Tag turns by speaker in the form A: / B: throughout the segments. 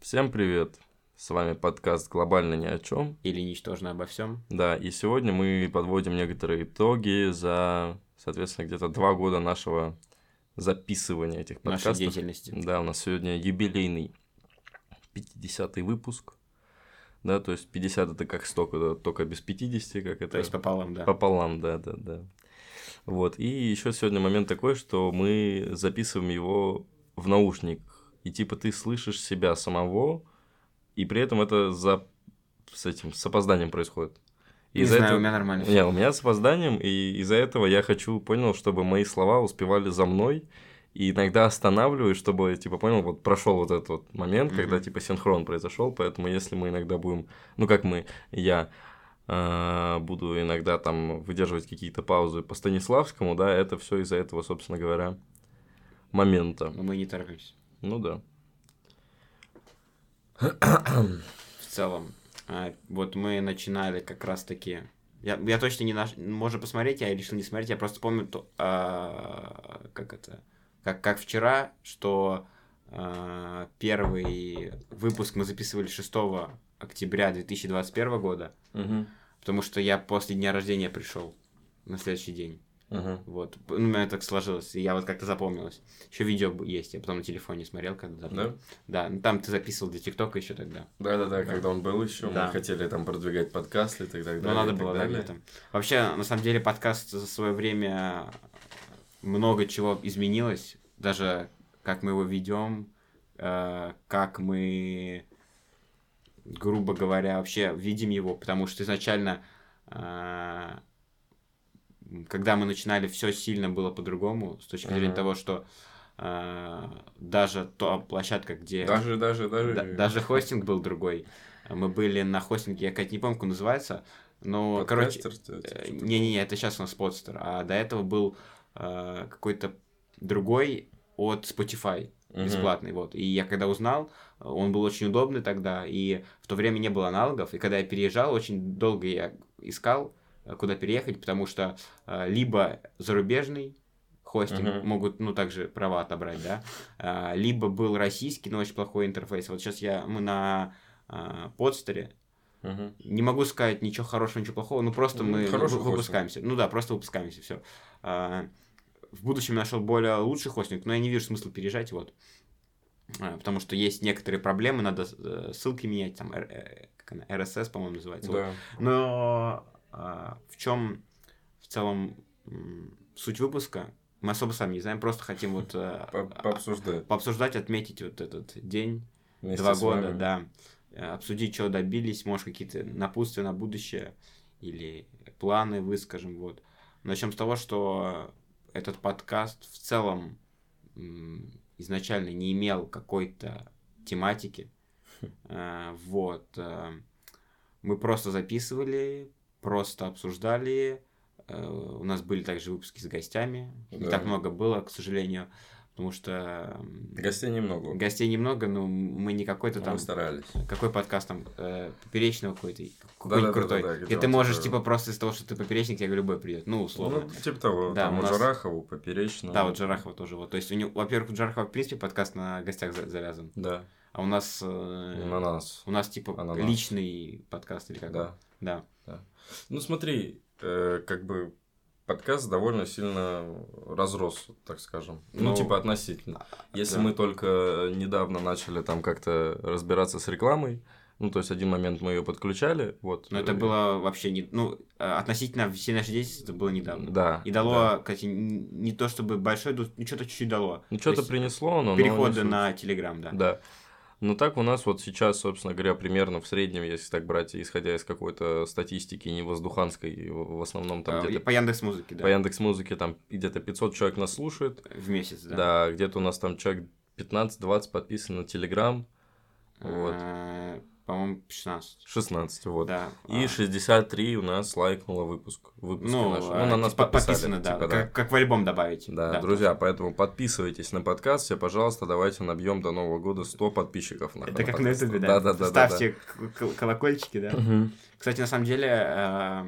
A: Всем привет! С вами подкаст «Глобально ни о чем».
B: Или ничтожно обо всем.
A: Да, и сегодня мы подводим некоторые итоги за, соответственно, где-то два года нашего записывания этих
B: Нашей
A: подкастов.
B: деятельности.
A: Да, у нас сегодня юбилейный 50-й выпуск. Да, то есть 50 это как 100, когда только без 50, как это...
B: То есть пополам, да.
A: Пополам, да, да, да. Вот. И еще сегодня момент такой, что мы записываем его в наушник. И типа ты слышишь себя самого, и при этом это за с этим с опозданием происходит. И
B: Не
A: из-за
B: знаю,
A: этого-
B: у меня нормально. всё.
A: Не, у меня с опозданием, и из-за этого я хочу понял, чтобы мои слова успевали за мной. И иногда останавливаюсь, чтобы типа понял, вот прошел вот этот вот момент,
B: Мгм.
A: когда типа синхрон произошел. Поэтому если мы иногда будем, ну как мы, я э, буду иногда там выдерживать какие-то паузы по Станиславскому, да, это все из-за этого, собственно говоря, момента.
B: Но мы не торгуемся.
A: Ну да.
B: В целом. а, вот мы начинали как раз-таки... Я, я точно не наш... Можно посмотреть, я решил не смотреть. Я просто помню, то- а, как это... Как, как вчера, что а, первый выпуск мы записывали 6 октября 2021 года, потому что я после дня рождения пришел на следующий день. Вот. Ну, у меня так сложилось, и я вот как-то запомнилось. Еще видео б- есть, я потом на телефоне смотрел, когда
A: Да?
B: запомнил. Да, ну там ты записывал для ТикТока еще тогда.
A: Да, да, да, Ну,
B: когда
A: он был еще,
B: мы Да.
A: хотели там продвигать подкасты и так далее.
B: Но Ну, надо было, да, летом. Вообще, на самом деле, подкаст за свое время много чего изменилось. Даже как мы его ведем, э, как мы, грубо говоря, вообще видим его, потому что изначально, э, когда мы начинали, все сильно было по-другому с точки зрения
A: Мгм.
B: того, что э, даже та площадка, где...
A: Даже, даже, даже.
B: Да- даже хостинг был другой. Мы были на хостинге, я, Кать, не помню, как он называется, но, Ну, короче...
A: Подкастер, типа,
B: э,
A: типа,
B: Не-не-не, это сейчас у нас подстер, а до этого был э, какой-то другой от Spotify,
A: Мгм.
B: бесплатный, вот. И я когда узнал, э, он был очень удобный тогда, и в то время не было аналогов, и когда я переезжал, очень долго я искал, э, куда переехать, потому что э, либо зарубежный хостинг,
A: Мгм.
B: могут, ну, также права отобрать, да, а, либо был российский, но очень плохой интерфейс. Вот сейчас я, мы на а, подстере,
A: Мгм.
B: не могу сказать ничего хорошего, ничего плохого, ну просто
A: Ну,
B: мы
A: хороший
B: вы-
A: хостинг.
B: выпускаемся. Ну да, просто выпускаемся, все. в будущем я нашел более лучший хостинг, но я не вижу смысла переезжать, вот. А, потому что есть некоторые проблемы, надо э, ссылки менять, там, р- э, как она, RSS, по-моему, называется. вот.
A: Да.
B: Но а, в чем в целом м, суть выпуска? Мы особо сами не знаем, просто хотим вот э,
A: По- Пообсуждать.
B: пообсуждать, отметить вот этот день,
A: вместе
B: два
A: с
B: года,
A: вами.
B: да, Э, обсудить, чего добились, может, какие-то напутствия на будущее или планы выскажем, вот. Начнем с того, что этот подкаст в целом м, изначально не имел какой-то тематики, Э, вот. э, Мы просто записывали, просто обсуждали, э, у нас были также выпуски с гостями, не
A: Да.
B: так много было, к сожалению, потому что м,
A: Гостей немного.
B: Гостей немного, но мы не какой-то
A: но
B: там...
A: Мы старались.
B: Какой подкаст там? э, поперечного какой-то? Какой
A: Да-да-да-да-да,
B: крутой.
A: где
B: где
A: он
B: ты можешь,
A: такой-
B: типа, просто из того, что ты поперечник, тебе любой придет. Ну, условно.
A: Ну, типа ну, того,
B: Да,
A: там
B: у
A: у
B: нас-
A: Джарахову, поперечно.
B: да, вот Джарахова тоже. Вот. То есть, у него, во-первых, у Джарахова, в принципе, подкаст на гостях за- завязан.
A: Да.
B: А у нас... э,
A: Ну, На А нас.
B: У нас, типа,
A: Ананас.
B: личный подкаст или как?
A: Да.
B: Да.
A: Ну смотри, э, как бы подкаст довольно сильно разрос, так скажем. Ну,
B: Ну,
A: типа относительно. Если
B: да.
A: мы только недавно начали там как-то разбираться с рекламой, ну то есть один момент мы ее подключали, вот.
B: Но это
A: э,
B: было вообще не... Ну, э, относительно всей нашей деятельности это было недавно.
A: Да.
B: И дало,
A: да.
B: кстати, н- не то чтобы большой, ну, что-то чуть-чуть дало.
A: Ну что-то
B: есть
A: принесло, но... но не
B: Переходы
A: суть.
B: на Телеграм, да.
A: Да. Ну так у нас вот сейчас, собственно говоря, примерно в среднем, если так брать, исходя из какой-то статистики, не воздуханской, в в основном там
B: Э,
A: где-то
B: По Яндекс Музыке, да.
A: по Яндекс Музыке там где-то 500 человек нас слушает,
B: В месяц, да.
A: да, где-то у нас там человек 15-20 подписан на Телеграм, вот,
B: Э, По-моему, 16.
A: 16, вот.
B: Да.
A: И
B: а,
A: 63 у нас лайкнуло выпуск, выпуски
B: ну,
A: наши.
B: а,
A: Ну, на нас
B: типа,
A: подписали,
B: подписано, да.
A: типа,
B: Как, как в альбом добавить.
A: Да, друзя, поэтому подписывайтесь на подкаст, все, пожалуйста, давайте набьем до Нового года 100 подписчиков.
B: Это как на Ютубе, да.
A: Да, да, да.
B: Ставьте к- к- колокольчики, да.
A: Мгм.
B: Кстати, на самом деле, э,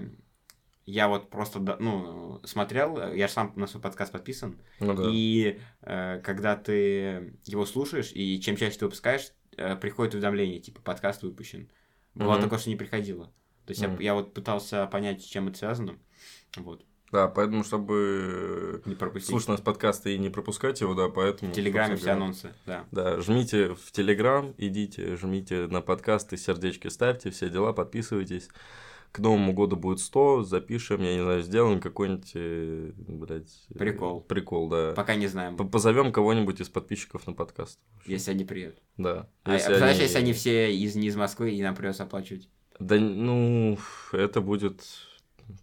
B: я вот просто, да- ну, смотрел, э, я же сам на свой подкаст подписан,
A: Ну да.
B: и э, когда ты его слушаешь, и чем чаще ты выпускаешь, э, приходит уведомление, типа, подкаст выпущен. Бывало
A: Мгм.
B: такое, что не приходило. То есть я-
A: Мгм.
B: я, вот пытался понять, с чем это связано. Вот,
A: Да, поэтому, чтобы
B: не пропустить.
A: слушать нас подкасты и не пропускать его, да, поэтому...
B: в Телеграме
A: Ну, собственно
B: все
A: говоря,
B: анонсы, да.
A: Да, жмите в Телеграм, идите, жмите на подкасты, сердечки ставьте, все дела, подписывайтесь. К Новому году будет 100, запишем, я не знаю, сделаем какой-нибудь, э, блядь... э,
B: Прикол.
A: Прикол, да.
B: Пока не знаем,
A: Позовем кого-нибудь из подписчиков на подкаст.
B: если они приедут.
A: Да.
B: А, а представляешь, если они все из, не из Москвы, и нам придется оплачивать.
A: Да, ну, это будет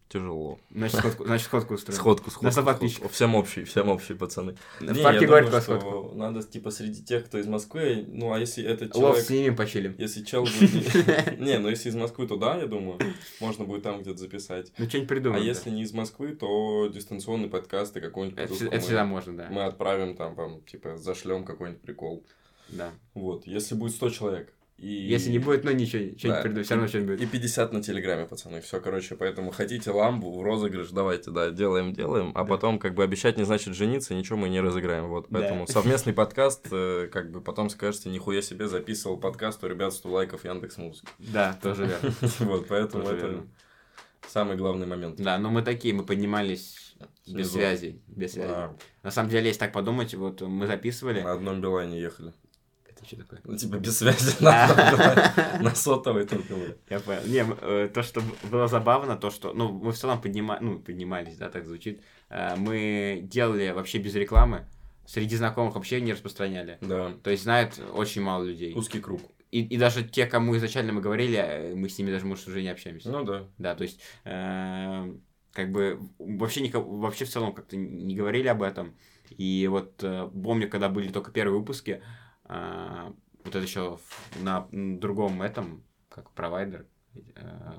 A: тяжело.
B: Значит, сходку, значит, сходку устроим.
A: Сходку, сходку.
B: На
A: сходку.
B: подписчиков.
A: Всем общий, всем общий, пацаны.
B: В
A: Не,
B: парке
A: я
B: Горького
A: думаю,
B: сходку.
A: что надо, типа, среди тех, кто из Москвы, ну, а если этот
B: Лов,
A: человек...
B: снимем, почилим.
A: Если чел... будет- Не, ну, если из Москвы, то да, я думаю, можно будет там где-то записать.
B: Ну, что-нибудь
A: А
B: придумаем. да.
A: если не из Москвы, то дистанционный подкаст и какой-нибудь
B: Это,
A: подушку
B: всё- это
A: мы-
B: всегда можно, да.
A: мы отправим там, вам, типа, зашлем какой-нибудь прикол.
B: да.
A: Вот, если будет 100 человек. И...
B: Если не будет, ну ничего, что-нибудь
A: Да.
B: придумаем, все равно что-нибудь
A: И 50 на Телеграме, пацаны. Все, короче, поэтому хотите ламбу, розыгрыш, давайте, да, делаем, делаем. А
B: Да.
A: потом, как бы, обещать не значит жениться, ничего мы не разыграем. Вот,
B: Да.
A: поэтому совместный подкаст, э, как бы, потом скажете, нихуя себе записывал подкаст у ребят 100 лайков Яндекс Музыки.
B: Да, тоже верно.
A: Вот, поэтому
B: Тоже
A: это
B: верно.
A: самый главный момент.
B: Да, но мы такие, мы поднимались без
A: Снизу.
B: связи. Без связи.
A: Да,
B: На самом деле, если так подумать, вот мы записывали.
A: На одном Билайне ехали.
B: Это что такое?
A: Ну, типа, без связи на одном Билайне. На сотовой только были.
B: Я понял. Не, м, э, то, что б- было забавно, то, что, ну, мы в целом поднима... ну, поднимались, да, так звучит. Э, Мы делали вообще без рекламы, среди знакомых вообще не распространяли.
A: Да.
B: То есть знает очень мало людей.
A: Узкий круг.
B: И, и даже те, кому изначально мы говорили, э, мы с ними даже, может, уже не общаемся.
A: Ну да.
B: Да, то есть э, как бы вообще никого, вообще в целом как-то не говорили об этом. И вот э, помню, когда были только первые выпуски, э, вот это еще на м, другом этом, как провайдер, э,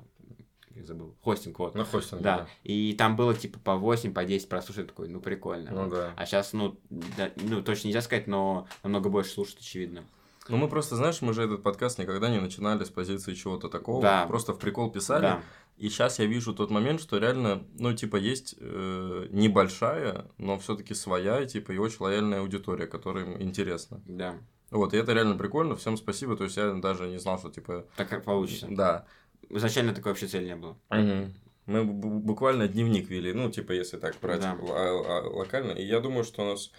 B: я забыл, хостинг, вот.
A: На хостинге.
B: да. И там было типа по 8, по 10 прослушиваний, такой, ну прикольно.
A: да. Ну да.
B: А сейчас, ну, да, ну, точно нельзя сказать, но намного больше слушают, очевидно.
A: Ну, мы просто, знаешь, мы же этот подкаст никогда не начинали с позиции чего-то такого.
B: Да.
A: Просто в прикол писали.
B: Да,
A: И сейчас я вижу тот момент, что реально, ну, типа, есть э, небольшая, но все-таки своя, типа, и очень лояльная аудитория, которая им интересна.
B: да.
A: Вот, и это реально прикольно, всем спасибо. То есть я даже не знал, что, типа...
B: Так как получится.
A: Да.
B: Изначально такой вообще цели не было.
A: Мы бу- буквально дневник вели, ну, типа, если так брать
B: Да.
A: л- а- а- локально. И я думаю, что у нас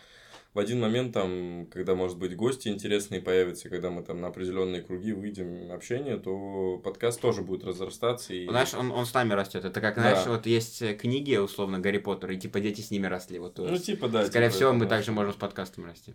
A: в один момент там, когда, может быть, гости интересные появятся, когда мы там на определенные круги выйдем общение, то подкаст тоже будет разрастаться. И...
B: Знаешь, он, он с нами растет. Это как,
A: Да.
B: знаешь, вот есть э, книги, условно, Гарри Поттер, и типа дети с ними росли. Вот, э,
A: Ну, типа, да.
B: скорее
A: типа,
B: всего, мы
A: да.
B: также можем с подкастом расти.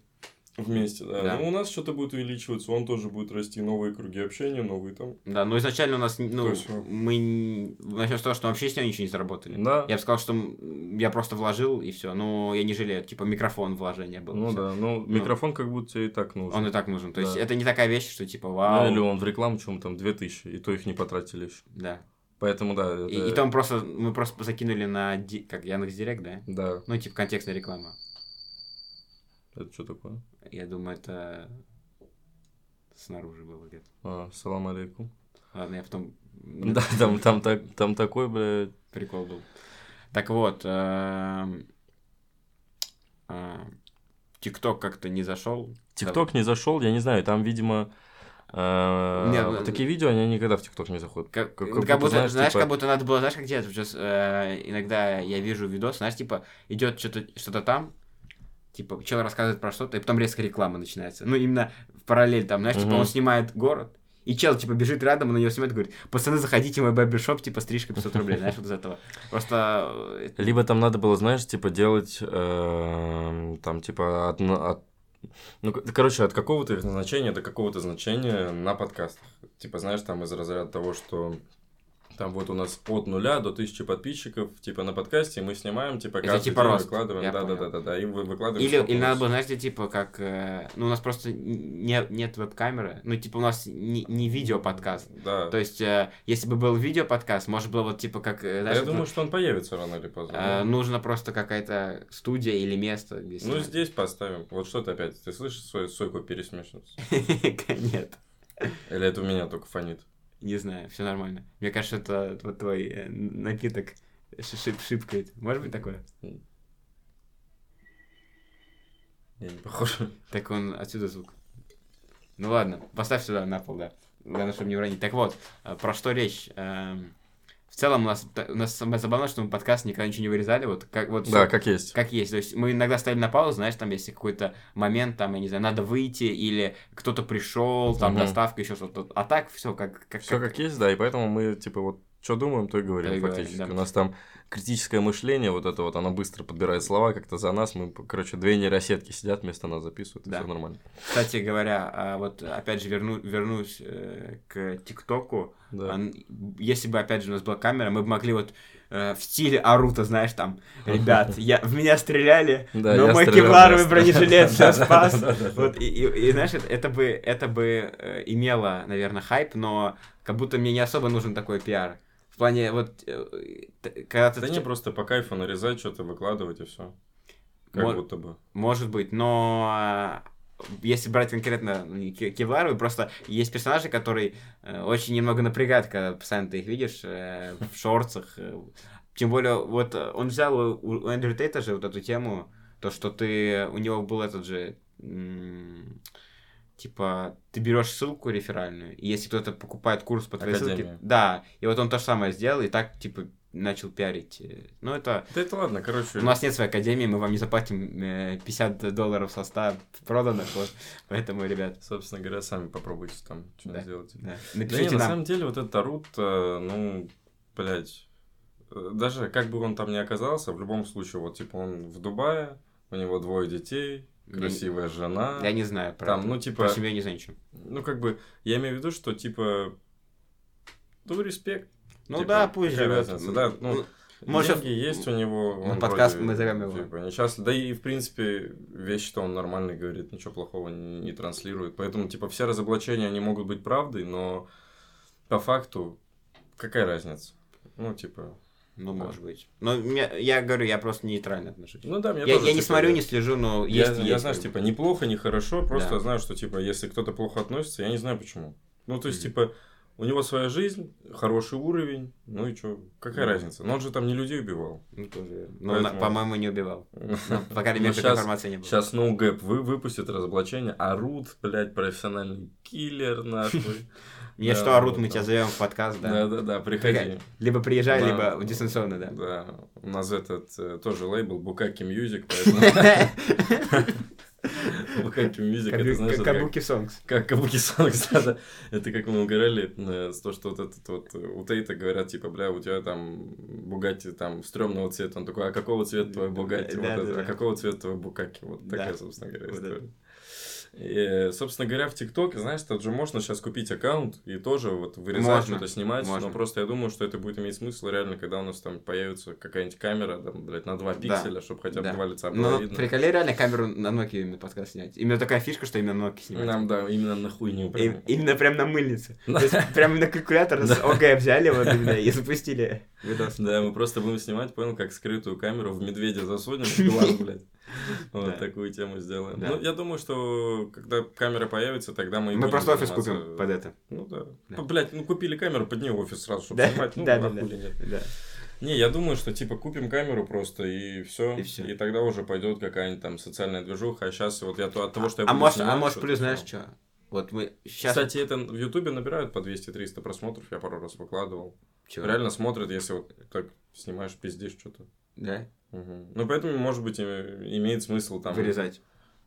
A: Вместе, да.
B: Да.
A: Ну, у нас что-то будет увеличиваться, он тоже будет расти, новые круги общения, новые там.
B: Да, но изначально у нас, ну,
A: То есть, ну.
B: мы... н- Начнем с того, что вообще с ним ничего не заработали.
A: Да.
B: Я бы сказал, что м, я просто вложил, и все. Ну, я не жалею. Типа, микрофон вложение было.
A: Ну
B: всё.
A: да, ну микрофон как будто тебе и так нужен.
B: Он и так нужен. То есть,
A: Да.
B: это не такая вещь, что типа,
A: Ну,
B: вау.
A: или он в рекламу чем там 2000, и то их не потратили еще.
B: Да.
A: Поэтому да, это...
B: И, и там просто, мы просто закинули на, ди- как, Яндекс.Директ, да?
A: Да,
B: Ну, типа, контекстная реклама.
A: это что такое?
B: Я думаю, это снаружи было где-то.
A: А, салам алейкум.
B: Ладно, я потом...
A: Да, там, там, так, там такой, блядь,
B: Прикол был. Так вот, эм, а, ТикТок как-то не зашел.
A: ТикТок не зашел, я не знаю, там, видимо, э,
B: Нет,
A: вот
B: ну,
A: такие видео, они никогда в ТикТок не заходят.
B: Как,
A: Как-
B: как
A: как
B: будто,
A: будто,
B: знаешь,
A: знаешь, типа-
B: как будто надо было, знаешь, как делать? Вот щас, э, иногда я вижу видос, знаешь, типа, идет что-то что там, типа, человек рассказывает про что-то, и потом резко реклама начинается. Ну, именно в параллель там, знаешь, типа,
A: Мгм.
B: он снимает город, и чел, типа, бежит рядом, на него снимает, и говорит, пацаны, заходите в мой барбершоп, типа, стрижка 500 рублей, знаешь, вот из этого. Просто... э,
A: Либо там надо было, знаешь, типа делать, эм, там, типа, от, на- от- ну, к- короче, от какого-то их назначения до какого-то значения на подкастах. Типа, знаешь, там из разряда того, что там вот у нас от нуля до тысячи подписчиков, типа, на подкасте, и мы снимаем, типа,
B: Это
A: каждый
B: типа
A: день
B: рост, я
A: выкладываем, да-да-да-да, и вы- выкладываем.
B: Или,
A: сколько
B: или
A: у
B: надо
A: нас.
B: было, знаешь, где, типа, как... э, ну, у нас просто н- не, нет веб-камеры. Ну, типа, у нас не, не видео-подкаст.
A: Да.
B: То есть, э, если бы был видео-подкаст, может было вот, типа, как... э,
A: Да
B: знаешь,
A: я думаю,
B: вот,
A: что он появится рано или поздно.
B: э,
A: да.
B: нужно просто какая-то студия или место. где
A: Ну,
B: снимать.
A: здесь поставим. Вот что ты опять? Ты слышишь свою сойку пересмешницу?
B: Нет,
A: Или это у меня только фонит?
B: не знаю, все нормально. Мне кажется, это вот твой э, напиток ши- шип- шипкает. Может быть такое?
A: Я не похож.
B: Так он отсюда звук. Ну ладно, поставь сюда на пол, да. Главное, чтобы не уронить. Так вот, э, про что речь? Эм, В целом, у нас, та- у нас самое забавное, что мы подкаст никогда ничего не вырезали. Вот как вот всё
A: Да, как есть.
B: как есть. То есть мы иногда ставили на паузу, знаешь, там если какой-то момент, там, я не знаю, надо выйти, или кто-то пришел, там
A: Мгм.
B: доставка, еще что-то. А так все как, как,
A: Все как есть, да, и поэтому мы, типа, вот что думаем, то и говорим
B: То и говорим,
A: фактически.
B: да.
A: У нас там критическое мышление, вот это вот, оно быстро подбирает слова как-то за нас. Мы, короче, две нейросетки сидят, вместо нас записывают, и
B: Да.
A: все нормально.
B: Кстати говоря, а вот опять же верну, вернусь э, к ТикТоку.
A: Да.
B: А, н- Если бы, опять же, у нас была камера, мы бы могли вот э, в стиле Арута, знаешь, там, ребят, я, в меня стреляли,
A: Да,
B: но
A: я
B: мой
A: стрелял,
B: кевларовый
A: я
B: бронежилет
A: стрелял.
B: все спас.
A: Да-да-да-да-да.
B: Вот, и, и- и, знаешь, это, это бы, это бы э, имело, наверное, хайп, но как будто мне не особо нужен такой пиар. В плане, вот, э, т- когда ты...
A: Да не, просто по кайфу нарезать что-то, выкладывать и все. Как
B: Мон-
A: будто бы.
B: Может быть, но э, если брать конкретно ну, м, ке- кевларовый, просто есть персонажи, которые э, очень немного напрягают, когда постоянно ты их видишь э, в шорцах. э. Тем более, вот э, он взял у, у Эндрю Тейта же вот эту тему, то, что ты, у него был этот же, м, типа, ты берешь ссылку реферальную, и если кто-то покупает курс по твоей ссылке,
A: Академия.
B: да, и вот он то же самое сделал, и так, типа, начал пиарить. э. Ну, это
A: Да это ладно, короче.
B: у нас нет своей академии, мы вам не заплатим э, 50 долларов со 100 проданных, вот. Поэтому, ребят,
A: Собственно говоря, сами попробуйте там что-то
B: Да.
A: сделать.
B: да.
A: Да не,
B: напишите
A: на
B: нам.
A: самом деле вот этот Арут, э, ну, блядь, э, даже как бы он там ни оказался, в любом случае, вот, типа, он в Дубае, у него двое детей,
B: Я не-
A: красивая жена.
B: Я не знаю про
A: Там,
B: это.
A: ну, типа-
B: Про семью я не знаю ничего.
A: Ну, как бы, я имею в виду, что, типа, ну, респект.
B: Ну
A: Типа,
B: да, пусть
A: какая
B: живет.
A: разница, да, ну,
B: Может,
A: Деньги есть у него.
B: на
A: он
B: подкаст
A: вроде,
B: мы зовем его.
A: Типа, несчастлив. Да и, в принципе, вещи-то он нормально говорит, ничего плохого не, не транслирует. Поэтому, типа, все разоблачения, они могут быть правдой, но по факту какая разница? Ну, типа...
B: ну,
A: да.
B: может быть. Но меня- я говорю, я просто нейтрально отношусь.
A: Ну да, мне
B: Я,
A: тоже,
B: я не
A: типа,
B: смотрю, не слежу, но
A: Я,
B: есть...
A: я,
B: есть,
A: знаешь,
B: как
A: типа,
B: бы.
A: неплохо, нехорошо, просто
B: Да.
A: знаю, что, типа, если кто-то плохо относится, я не знаю почему. Ну, то есть,
B: Мгм.
A: типа, у него своя жизнь, хороший уровень, ну и что, какая
B: Ну.
A: разница? Но он же там не людей убивал.
B: Ну, тоже верно. Но,
A: Поэтому-
B: на- по-моему, не убивал. Ну, по крайней мере,
A: Ну,
B: такой
A: щас-
B: информации не было.
A: Сейчас ноугэп вы, выпустит разоблачение. Арут, блядь, профессиональный киллер, нахуй.
B: Мне
A: Да,
B: что, орут,
A: вот
B: мы
A: там.
B: тебя зовем в подкаст, да.
A: Да-да-да, приходи.
B: Либо приезжай,
A: Да.
B: либо дистанционно, да.
A: Да, у нас этот э, тоже лейбл Букаки Мьюзик, поэтому... Букаки Мьюзик, это знаешь, это как-
B: Кабуки Сонгс.
A: как Кабуки Сонгс, да, Это как мы угорали, э, с то, что вот этот вот э, у Тейта говорят, типа, бля, у тебя там Бугати там стрёмного цвета. Он такой, а какого цвета твой Бугати? Вот
B: Да, да,
A: это,
B: да.
A: А какого цвета твой Букаки? Вот
B: Да.
A: такая, собственно говоря,
B: Вот
A: история. И, собственно говоря, в ТикТоке, знаешь, тут же можно сейчас купить аккаунт и тоже вот вырезать
B: Можно,
A: что-то снимать, но
B: можно.
A: просто я думаю, что это будет иметь смысл реально, когда у нас там появится какая-нибудь камера, там, блядь, на 2
B: Да.
A: пикселя, чтобы хотя бы
B: Да.
A: два лица было
B: Ну,
A: видно.
B: приколи реально камеру на Nokia именно подкаст снять. Именно такая фишка, что именно Nokia снимать.
A: Нам, да, именно на хуйню.
B: И-
A: прям.
B: именно прям на мыльнице.
A: Да.
B: То есть прям на калькулятор с
A: Да.
B: ОГ взяли вот именно и запустили видос.
A: Да, мы просто будем снимать, понял, как скрытую камеру в медведя засунем, в глаз, блядь.
B: Да.
A: Вот такую тему сделаем.
B: Да.
A: Ну, я думаю, что когда камера появится, тогда мы Ну, и
B: Мы
A: будем
B: просто офис
A: заниматься-
B: купим под это.
A: Ну да.
B: Да.
A: Ну, Блядь, ну купили камеру, под нее офис сразу, чтобы
B: Да,
A: снимать. Ну,
B: да,
A: да,
B: да, да.
A: нет.
B: Да.
A: Не, я думаю, что типа купим камеру просто и все.
B: И
A: И,
B: всё.
A: тогда уже пойдет какая-нибудь там социальная движуха. А сейчас вот я то- от того, что я
B: А
A: буду
B: может, а
A: снимать
B: может
A: что-то,
B: плюс, знаешь,
A: всё.
B: что? Вот мы сейчас...
A: Кстати, это в Ютубе набирают по 200-300 просмотров, я пару раз выкладывал. Реально смотрят, если вот так снимаешь, пиздишь что-то.
B: Да?
A: Мгм. Ну, поэтому, может быть, и- имеет смысл там...
B: Вырезать.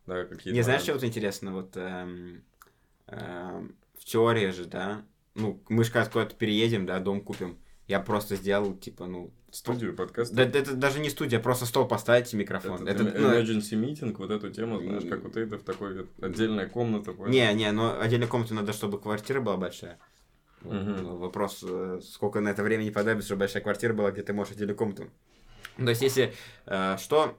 A: Да, какие-то...
B: Не, знаешь, что вот интересно? Вот эм, эм, в теории же, да? Ну, мы же как куда-то переедем, да, дом купим. Я просто сделал, типа, ну... стол.
A: Студию, подкаст.
B: Да, это даже не студия, просто стол поставить и микрофон.
A: Этот э,
B: Это, ну,
A: emergency meeting, вот эту тему, знаешь, как вот это в такой отдельная комната. понял?
B: Не, не, но отдельную комнату надо, чтобы квартира была большая.
A: Мгм.
B: Ну, Вопрос, э, сколько на это времени понадобится, чтобы большая квартира была, где ты можешь отдельную комнату. Ну, То есть, если э, что,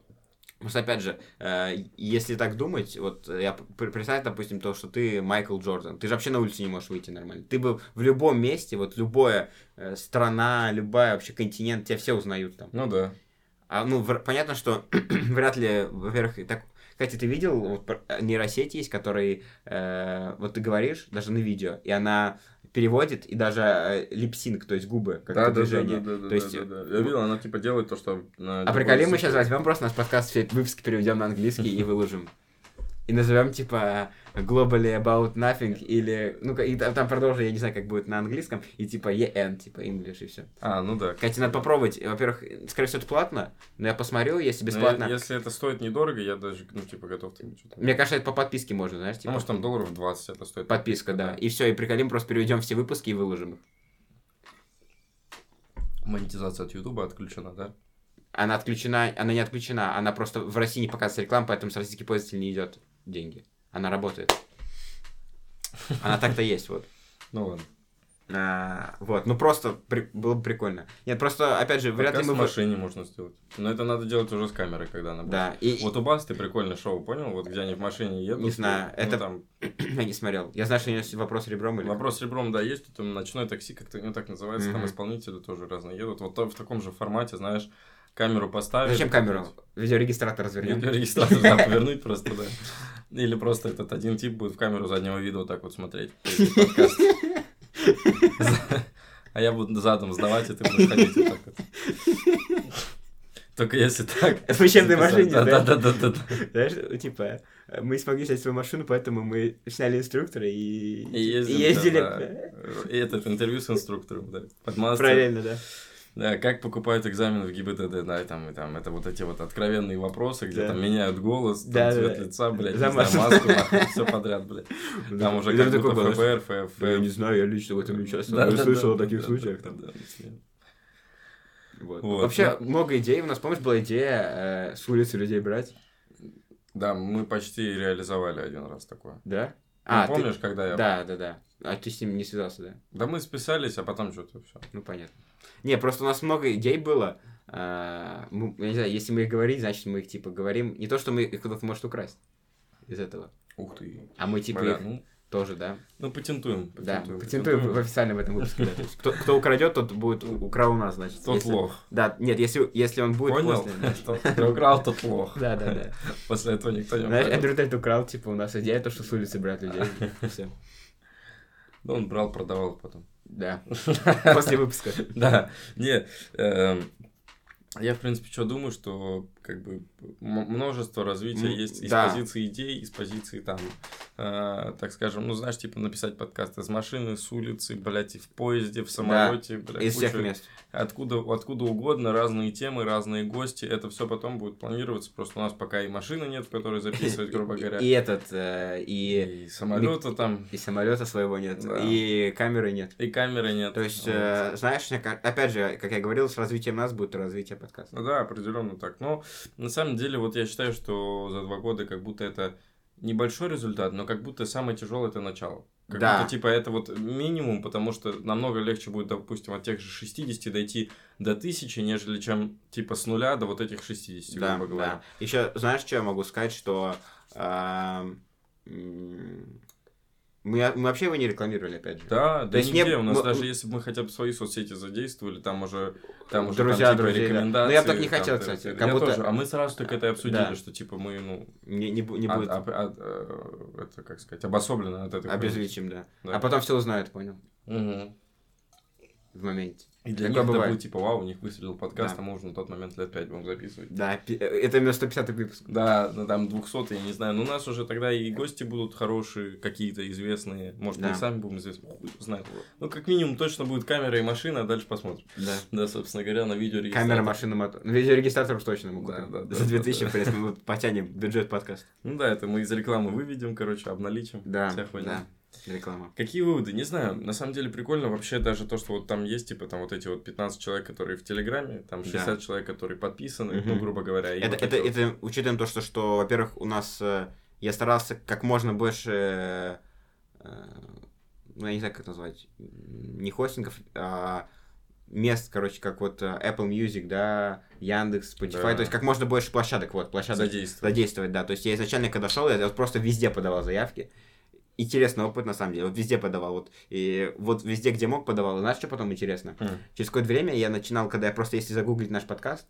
B: просто опять же, э, если так думать, вот э, я пр- представь, допустим, то, что ты Майкл Джордан, ты же вообще на улицу не можешь выйти нормально. Ты бы в любом месте, вот любая э, страна, любая вообще континент, тебя все узнают там.
A: Ну да.
B: А, ну, вр- понятно, что вряд ли, во-первых, и так... Кстати, ты видел, вот пр- нейросеть есть, которые, э, вот ты говоришь, даже на видео, и она переводит, и даже э, липсинг, то есть губы, как
A: Да, да, да,
B: движение. А
A: да, да,
B: то есть, э,
A: да, да, да. Я видел, она типа делает то, что...
B: А приколи, мы сейчас возьмем просто наш подкаст, все выпуски переведем на английский и выложим. и назовем типа Globally About Nothing или... Ну, и там, там продолжим, я не знаю, как будет на английском, и типа EN, типа English и все.
C: А, ну да.
B: Кстати, надо попробовать. Во-первых, скорее всего, это платно, но я посмотрел, если
A: Но
B: бесплатно...
A: е- Ну, если это стоит недорого, я даже, ну, типа, готов. Там, что-то...
B: Мне кажется, это по подписке можно, знаешь,
A: Ну,
B: типа...
A: может, там долларов 20 это стоит.
B: Подписка, да. И все, и приколим, просто переведем все выпуски и выложим их.
C: Монетизация от Ютуба отключена, да?
B: Она отключена, она не отключена, она просто в России не показывается реклама, поэтому с российских пользователей не идет деньги. Она работает. Она так-то есть, вот.
C: Ну ладно.
B: А, вот, ну просто при- было бы прикольно. Нет, просто, опять же, вряд ли
A: Подкаст
B: мы...
A: в
B: бы-
A: машине можно сделать. Но это надо делать уже с камерой, когда она будет.
B: Да, и...
A: Вот у Басты прикольное шоу, понял? Вот где они в машине едут.
B: Не знаю,
A: ну,
B: это-
A: там
B: я не смотрел. Я знаю, что у него есть вопрос ребром или...
A: Вопрос с ребром, да, есть, там ночное такси, как-то ну, так называется, там
B: Мгм.
A: исполнители тоже разные едут. Вот то- в таком же формате, знаешь, камеру поставить.
B: Зачем камеру? Видеорегистратор развернем.
A: Видеорегистратор, да, повернуть просто, да. Или просто этот один тип будет в камеру заднего вида вот так вот смотреть. этот подкаст. За- А я буду задом сдавать, и ты будешь ходить вот так вот. Только если так.
B: В учебной машине,
A: да?
B: да?
A: Да, да, да, да.
B: Знаешь, типа, мы смогли взять свою машину, поэтому мы сняли инструктора и,
A: И ездим,
B: и ездили.
A: да, да. И этот интервью с инструктором, да. Под
B: да.
A: Мастер.
B: Параллельно, да.
A: Да, как покупают экзамен в ГИБДД, да, и там, и там, это вот эти вот откровенные вопросы, где
B: Да.
A: там меняют голос, там
B: Да, да,
A: цвет
B: да.
A: лица, блядь,
B: За
A: не знаю,
B: маску.
A: маску, все подряд, блядь. Там уже
B: Я
A: как
B: такой
A: будто
B: был,
A: ФБР,
B: «Да Ну, я
A: ФФ.
B: не знаю, я лично в этом не участвовал.
A: Да,
B: но я
A: да, да,
B: слышал о таких
A: да,
B: случаях.
A: да,
B: там.
A: да, да.
B: Вот.
A: Вот, Ну.
B: Вообще,
A: да.
B: много идей. У нас, помнишь, была идея э, с улицы людей брать?
A: Да, мы почти реализовали один раз такое.
B: Да?
A: А,
B: ты-
A: помнишь, когда я...
B: Да, да, да. А ты с ним не связался, да?
A: Да мы списались, а потом что-то все.
B: Ну, понятно. Не, просто у нас много идей было. А, мы- я не знаю, если мы их говорим, значит, мы их, типа, говорим. Не то, что мы их кто-то может украсть из этого.
A: Ух ты.
B: А мы, типа,
A: Бля,
B: их
A: ну,
B: тоже, да?
A: ну, патентуем. Ну,
B: Да, патентуем в официальном этом выпуске. да. То есть Кто, кто украдет, тот будет у- украл у нас, значит.
A: Тот
B: Если-
A: лох.
B: Да, нет, если, если он будет
A: Понял?
B: после, да.
A: Тот, кто украл, тот лох.
B: Да, да, да.
A: После этого никто не
B: Знаешь,
A: украл.
B: Эндрю Тейт украл, типа, у нас идея, то, что с улицы брать людей. Все.
A: Да Ну, он брал, продавал потом.
B: Да. После выпуска.
A: Да, не, эм, я, в принципе, что думаю, что как бы м- множество развития
B: М,
A: есть из
B: да.
A: позиции идей, из позиции там, э, так скажем, ну, знаешь, типа написать подкаст из машины, с улицы, блядь, и в поезде, в самолете, блядь,
B: Из всех
A: куча-
B: мест.
A: Откуда, откуда угодно, разные темы, разные гости, это все потом будет планироваться, просто у нас пока и машины нет, в которой записывать, грубо говоря,
B: И этот, э, и...
A: и самолета там,
B: И самолета своего нет,
A: Да.
B: и камеры нет.
A: и камеры нет.
B: То есть,
A: Вот.
B: э, знаешь, мне ка- опять же, как я говорил, с развитием нас будет развитие подкаста.
A: Ну Да, определенно так. Но на самом деле, вот я считаю, что за два года как будто это небольшой результат, но как будто самое тяжелое это начало. Как
B: Да.
A: будто типа это вот минимум, потому что намного легче будет, допустим, от тех же 60 дойти до 1000, нежели чем типа с нуля до вот этих 60,
B: Да,
A: грубо говоря.
B: Еще, знаешь, что я могу сказать, что эм, м, мы, мы вообще его не рекламировали, опять же.
A: Да, да
B: есть
A: нигде.
B: не-
A: У нас
B: мы-
A: даже если бы мы хотя бы свои соцсети задействовали, там уже там уже
B: Друзья,
A: там, типа,
B: друзей, да.
A: рекомендации.
B: Но я бы так не
A: там,
B: хотел,
A: т-
B: кстати,
A: т-
B: как
A: я
B: будто-
A: тоже. А мы сразу так это и обсудили,
B: Да.
A: что типа мы, ну,
B: Не, не, бу- не
A: от-
B: будет
A: об- от, э, это как сказать, обособлено от этой хуйни.
B: обезличим, да.
A: Да.
B: А потом все узнают, понял?
A: Мгм.
B: В моменте.
A: И для
B: Такое
A: них это
B: бывает.
A: будет типа, вау, у них выстрелил подкаст,
B: Да.
A: а мы уже на тот момент лет 5 будем записывать.
B: Да, пи- э, это именно 150 выпуск.
A: Да, ну, там 200, я не знаю, но у нас уже тогда и гости будут хорошие, какие-то известные, может, мы
B: Да.
A: и сами будем известны, хуй его знает. Ну, как минимум, точно будет камера и машина, а дальше посмотрим.
B: Да.
A: Да, собственно говоря, на видео
B: Камера, машина, мотор. Ну, Видеорегистратор уж точно мы
A: Да,
B: купим.
A: да, да,
B: За
A: да,
B: 2000,
A: да.
B: в принципе, мы потянем бюджет подкаста.
A: Ну да, это мы из рекламы выведем, короче, обналичим.
B: Да,
A: Вся хуйня.
B: да, реклама.
A: Какие выводы? Не знаю. На самом деле прикольно вообще даже то, что вот там есть, типа, там вот эти вот 15 человек, которые в Телеграме, там
B: Да.
A: 60 человек, которые подписаны,
B: Мгм.
A: ну, грубо говоря. и
B: Это,
A: вот
B: это,
A: эти вот-
B: это учитывая то, что, что во-первых, у нас э, я старался как можно больше, э, ну, я не знаю, как это назвать, м, не хостингов, а мест, короче, как вот э, Apple Music, да, Яндекс, Spotify,
A: Да.
B: то есть как можно больше площадок, вот, площадок
A: Задействовать.
B: задействовать, да, то есть я изначально, когда шел, я вот просто везде подавал заявки, интересный опыт, на самом деле, вот везде подавал, вот, и вот везде, где мог, подавал, И знаешь, что потом интересно?
A: Мгм.
B: Через какое-то время я начинал, когда я просто, если загуглить наш подкаст,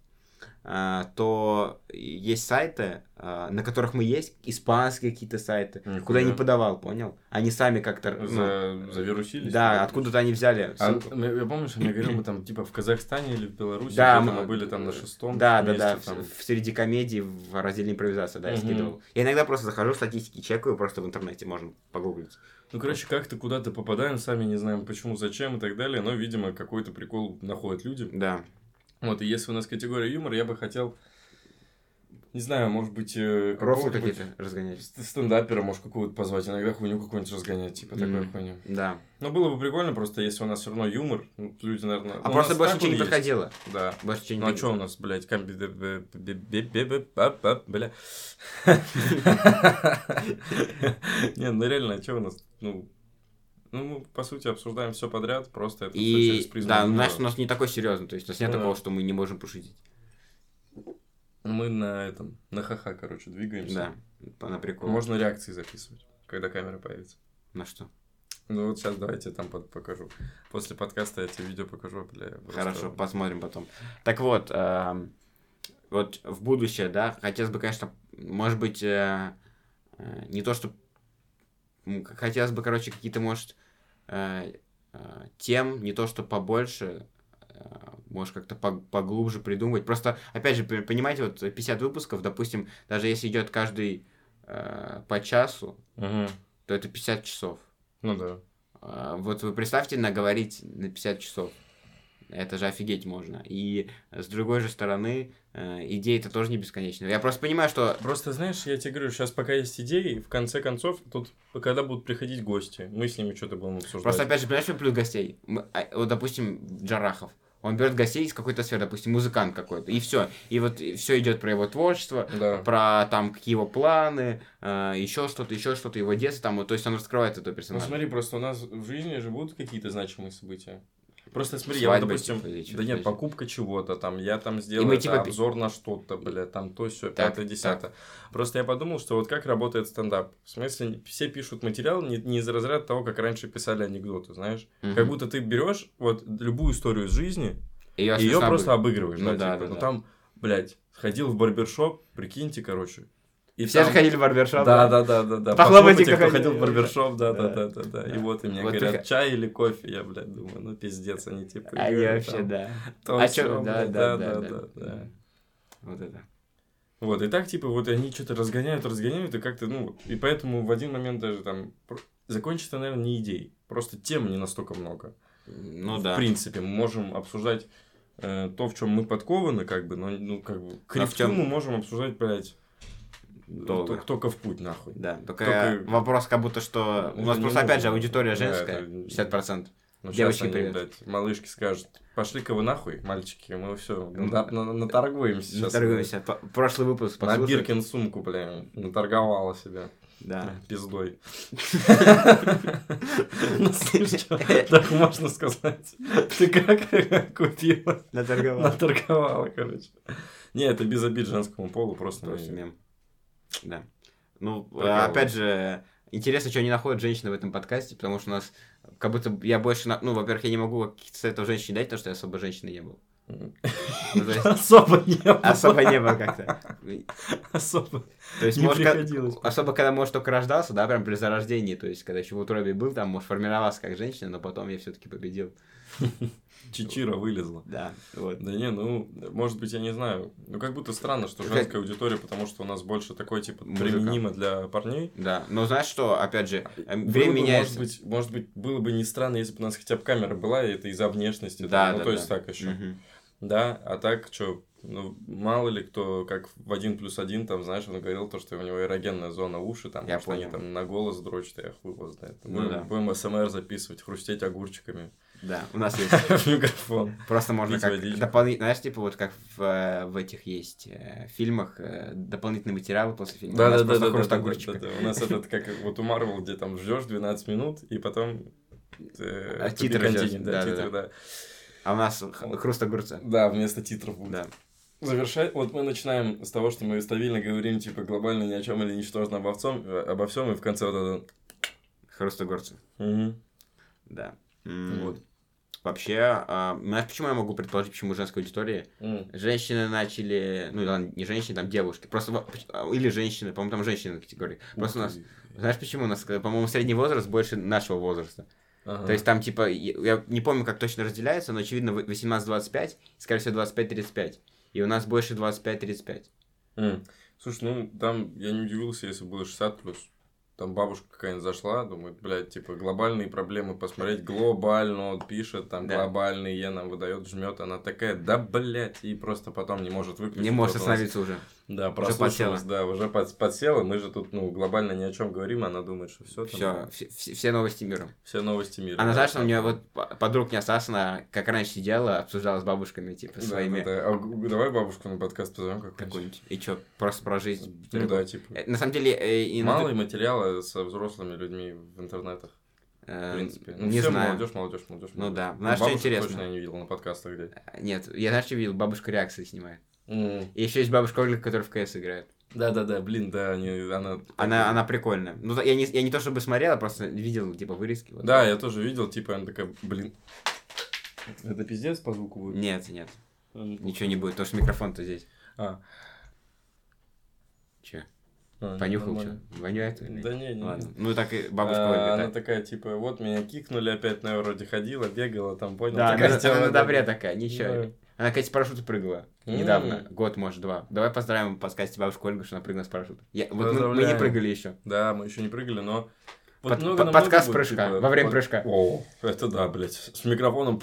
B: а, то есть сайты, а, на которых мы есть, испанские какие-то сайты,
A: Нихуя.
B: куда я не подавал, понял? Они сами как-то... ну,
A: За- завирусились. типа,
B: да, откуда-то они взяли
A: А,
B: ссылку.
A: ну, я помню, что мне говорил, мы там типа в Казахстане или в Беларуси,
B: Да,
A: где-то
B: мы-
A: мы, были там на шестом
B: Да, да, да,
A: месте, там.
B: в, в среди комедий в разделе импровизация, да, я
A: Мгм.
B: скидывал. Я иногда просто захожу в статистики, чекаю, просто в интернете можно погуглить.
A: Ну, короче, как-то куда-то попадаем, сами не знаем почему, зачем и так далее, но, видимо, какой-то прикол находят люди.
B: Да.
A: Вот, и если у нас категория юмор, я бы хотел, не знаю, может быть, э,
B: Рофлы
A: какого-нибудь
B: какие-то разгонять.
A: ст- стендапера, может, какого-то позвать, иногда хуйню какую-нибудь разгонять, типа такой
B: Мгм.
A: хуйню.
B: Да.
A: Но было бы прикольно, просто если у нас все равно юмор, ну, люди, наверное...
B: А просто больше ничего не
A: подходило.
B: подходило.
A: Да.
B: Больше ничего не
A: Ну а что
B: подходило.
A: у нас, блядь, камби... бе- бе- бе- бе- бе- бе- ба- ба- Бля. Не, ну реально, а что у нас? Ну, ну, мы, по сути, обсуждаем все подряд, просто это всё через
B: И,
A: призму.
B: да,
A: юмора.
B: знаешь, у нас не такой серьезный, то есть у нас нет
A: Ну да.
B: такого, что мы не можем пошутить.
A: Мы на этом, на ха-ха, короче, двигаемся.
B: ну- Да, по- на прикол.
A: Можно реакции записывать, когда камера появится.
B: На что?
A: Ну вот сейчас давайте там под- покажу. После подкаста я тебе видео покажу, бля. я просто-
B: Хорошо, посмотрим потом. Так вот, эм, вот в будущее, да, хотелось бы, конечно, может быть, э, э, не то, что... м, к- Хотелось бы, короче, какие-то, может, э, э, тем, не то, что побольше, э, может, как-то по- поглубже придумывать. Просто, опять же, п- понимаете, вот 50 выпусков, допустим, даже если идет каждый э, по часу,
A: Мгм.
B: то это 50 часов.
A: Ну да.
B: А, Вот вы представьте, наговорить на 50 часов. Это же офигеть можно. И э, с другой же стороны, э, идеи-то тоже не бесконечны. Я просто понимаю, что...
A: Просто, знаешь, я тебе говорю, сейчас пока есть идеи, в конце концов, тут, когда будут приходить гости, мы с ними что-то будем обсуждать.
B: Просто, опять же, понимаешь, что плюс гостей? Мы- а, Вот, допустим, Джарахов. Он берет гостей из какой-то сферы, допустим, музыкант какой-то, и все. И вот все идет про его творчество,
A: Да.
B: про там какие его планы, еще что-то, еще что-то, его детство, там, вот, то есть он раскрывает этого
A: Ну
B: персонажа.
A: смотри, просто у нас в жизни же будут какие-то значимые события. Просто смотри, я
B: Свадьба,
A: вот, допустим,
B: типа, или чё-то
A: да нет,
B: еще.
A: покупка чего-то, там, я там сделал
B: мы,
A: это,
B: типа, пи-
A: обзор на что-то, бля, там то все
B: Так,
A: пятое, десятое. Просто я подумал, что вот как работает стендап. В смысле, все пишут материал не, не из разряда того, как раньше писали анекдоты, знаешь.
B: Мгм.
A: Как будто ты берешь вот любую историю из жизни,
B: Её
A: Ее
B: смешно
A: просто обыгрываешь,
B: обыгрывать. Ну
A: да,
B: да,
A: типа.
B: да,
A: ну
B: да.
A: там, блядь, сходил в барбершоп, прикиньте, короче. И
B: Все
A: там-
B: же ходили в барбершоп.
A: Да, да, да, да, да. Похлопайте,
B: Похлопайте,
A: кто
B: как
A: ходил в
B: они-
A: барбершоп, да, да,
B: Да.
A: да, да, да. И вот и мне
B: Вот
A: говорят,
B: только-
A: чай или кофе, я, блядь, думаю, ну пиздец, они типа.
B: А
A: Юля,
B: я вообще,
A: там,
B: да.
A: то,
B: А
A: сё,
B: чё, да,
A: блядь,
B: да, да, да,
A: да.
B: Вот это.
A: Вот, и так, типа, вот они что-то разгоняют, разгоняют, и как-то, ну, вот, и поэтому в один момент даже там про- закончится, наверное, не идей. Просто тем не настолько много.
B: Ну
A: в
B: да.
A: принципе, мы можем обсуждать э, то, в чем мы подкованы, как бы, но, ну, как бы,
B: А
A: крипту
B: в чём?
A: мы можем обсуждать, блядь, э,
B: Долго.
A: т- только в путь, нахуй.
B: Да, только,
A: Только-
B: вопрос как будто, что... У
A: Это
B: нас
A: не
B: просто, опять же,
A: нужно.
B: аудитория
A: Да,
B: женская,
A: это-
B: 60%.
A: Ну,
B: Девочки,
A: сейчас они,
B: привет.
A: блядь, малышки скажут, пошли-ка вы нахуй, мальчики, мы все,
B: Ну
A: наторгуемся
B: Не
A: сейчас.
B: торгуемся. П- Прошлый выпуск
A: На
B: послушай.
A: Биркин сумку, бля, наторговала себя
B: Да.
A: пиздой. Ну, слышь, так можно сказать. Ты как купила?
B: Наторговал.
A: Наторговала, короче. Не, это без обид женскому полу, просто...
B: Просто
A: мы-
B: мем. Да. Ну,
A: Прикол.
B: а, опять же, интересно, что не находят женщины в этом подкасте, потому что у нас как будто я больше... на- Ну, во-первых, я не могу каких-то советов женщине дать, потому что я особо женщины не был. Ну, то есть
A: Особо не было.
B: Особо не было как-то.
A: Особо
B: То есть,
A: не
B: может, ка-
A: приходилось.
B: Особо, когда, может, только рождался, да, прям при зарождении, то есть, когда еще в утробе был, там, может, формировался как женщина, но потом я все-таки победил.
A: Чичира вылезла.
B: Да, вот.
A: Да не, ну, может быть, я не знаю. Ну, как будто странно, что
B: Как-
A: женская аудитория, потому что у нас больше такой, типа,
B: Мужика.
A: применимо для парней.
B: Да, но знаешь что, опять же, э,
A: Было
B: время
A: бы, Может
B: меняется.
A: быть, может быть, было бы не странно, если бы у нас хотя бы камера была, и это из-за внешности. там.
B: Да,
A: ну,
B: да,
A: то
B: да.
A: есть так еще.
B: Мгм.
A: Да, а так, что, ну, мало ли кто, как в один плюс один, там, знаешь, он говорил то, что у него эрогенная зона уши, там,
B: Я
A: может, они
B: понял.
A: там на голос дрочат, я хуй его знает.
B: Ну
A: будем,
B: да.
A: будем СМР записывать, хрустеть огурчиками
B: Да, у нас есть.
A: в микрофон.
B: Просто можно
A: Пить
B: как
A: водичку.
B: дополнительно, знаешь, типа вот как в, э, в этих есть э, фильмах, э, дополнительные материалы после фильма. У нас просто хруст огурчика.
A: У нас этот, как вот у Марвел, где там ждешь 12 минут, и потом... э,
B: А
A: to be
B: титры ждёшь,
A: continued, да,
B: да-да-да.
A: титры, да.
B: А у нас х- хруст огурца.
A: Да, вместо титров будет.
B: Да.
A: Завершать. Вот мы начинаем с того, что мы стабильно говорим, типа, глобально ни о чем или ничтожно обо всем, э, обо всем, и в конце вот это...
B: Хруст огурца.
A: Мгм.
B: Да. М,
A: Вот.
B: Вообще, а, знаешь, почему я могу предположить, почему женской аудитории?
A: М.
B: Женщины начали, ну ладно, не женщины, там девушки, просто, во- а, или женщины, по-моему, там женщины категории. Просто у
A: Ух
B: нас,
A: ты.
B: знаешь, почему у нас, э, по-моему, средний возраст больше нашего возраста.
A: Ага.
B: То есть там, типа, я я не помню, как точно разделяется, но, очевидно, вы- 18-25, скорее всего, 25-35. И у нас больше 25-35.
A: М. Слушай, ну там я не удивился, если было 60 плюс. Там бабушка какая-нибудь зашла, думает, блядь, типа глобальные проблемы посмотреть, глобально он пишет, там
B: Да.
A: глобальные нам выдает, жмет, она такая, да блядь, и просто потом не может выключить.
B: Не может
A: Вот у нас-
B: остановиться уже.
A: Да, прослушалась,
B: подсела.
A: да, уже под- подсела, мы же тут, ну, глобально ни о чем говорим, она думает, что все,
B: Все, все новости мира.
A: все новости мира.
B: А
A: Да,
B: Наташа у
A: да.
B: меня вот по- подруг не осталась, она как раньше сидела, обсуждала с бабушками, типа,
A: Да,
B: своими
A: да, да. А г- давай бабушку на подкаст позовем какую-нибудь.
B: какую-нибудь. И чё, просто про жизнь.
A: Ну да, типа.
B: Э, На самом деле, э, и на
A: Мало
B: ту-
A: материала со взрослыми людьми в интернетах.
B: э,
A: В принципе. Ну,
B: не
A: все
B: знаю.
A: молодежь, молодежь, молодежь.
B: Ну да. Знаешь, что
A: Точно я
B: интересно?
A: не видел на подкастах где.
B: Нет, я знаешь, что видел? Бабушка реакции снимает. И еще есть бабушка Ольга, которая в КС играет.
A: Да, да, да, блин, да, они- она.
B: Она, она прикольная. Ну, да, я не, я не то чтобы смотрела, просто видел, типа, вырезки. вот.
A: Да, я тоже видел, типа, она такая, блин. Это пиздец по звуку будет.
B: Нет, нет,
A: М.
B: ничего не будет, потому что микрофон-то здесь.
A: А,
B: Че,
A: а,
B: понюхал что?
A: нормально.
B: Воняет? или нет?
A: Да не, не, не.
B: Ладно. Ну, так и
A: А,
B: бабушка Ольга,
A: она
B: так.
A: такая, типа, вот меня кикнули опять, на вроде ходила, бегала, там, понял.
B: Да,
A: такая
B: она,
A: сделала,
B: она на
A: да,
B: добре
A: да.
B: такая, ничего.
A: Да.
B: Она, кстати, с парашюта прыгала.
A: М.
B: Недавно. Год, может, два. Давай поздравим в подкасте бабушку Ольгу, что она прыгнула с парашюта. Я- вот мы- мы, не
A: Поздравляем.
B: прыгали еще.
A: Да, мы еще не прыгали, но... вот
B: Под-
A: много
B: под-
A: на много
B: подкаст
A: будет,
B: прыжка,
A: типа,
B: во время
A: под-
B: прыжка.
A: О, это да, блядь, с микрофоном.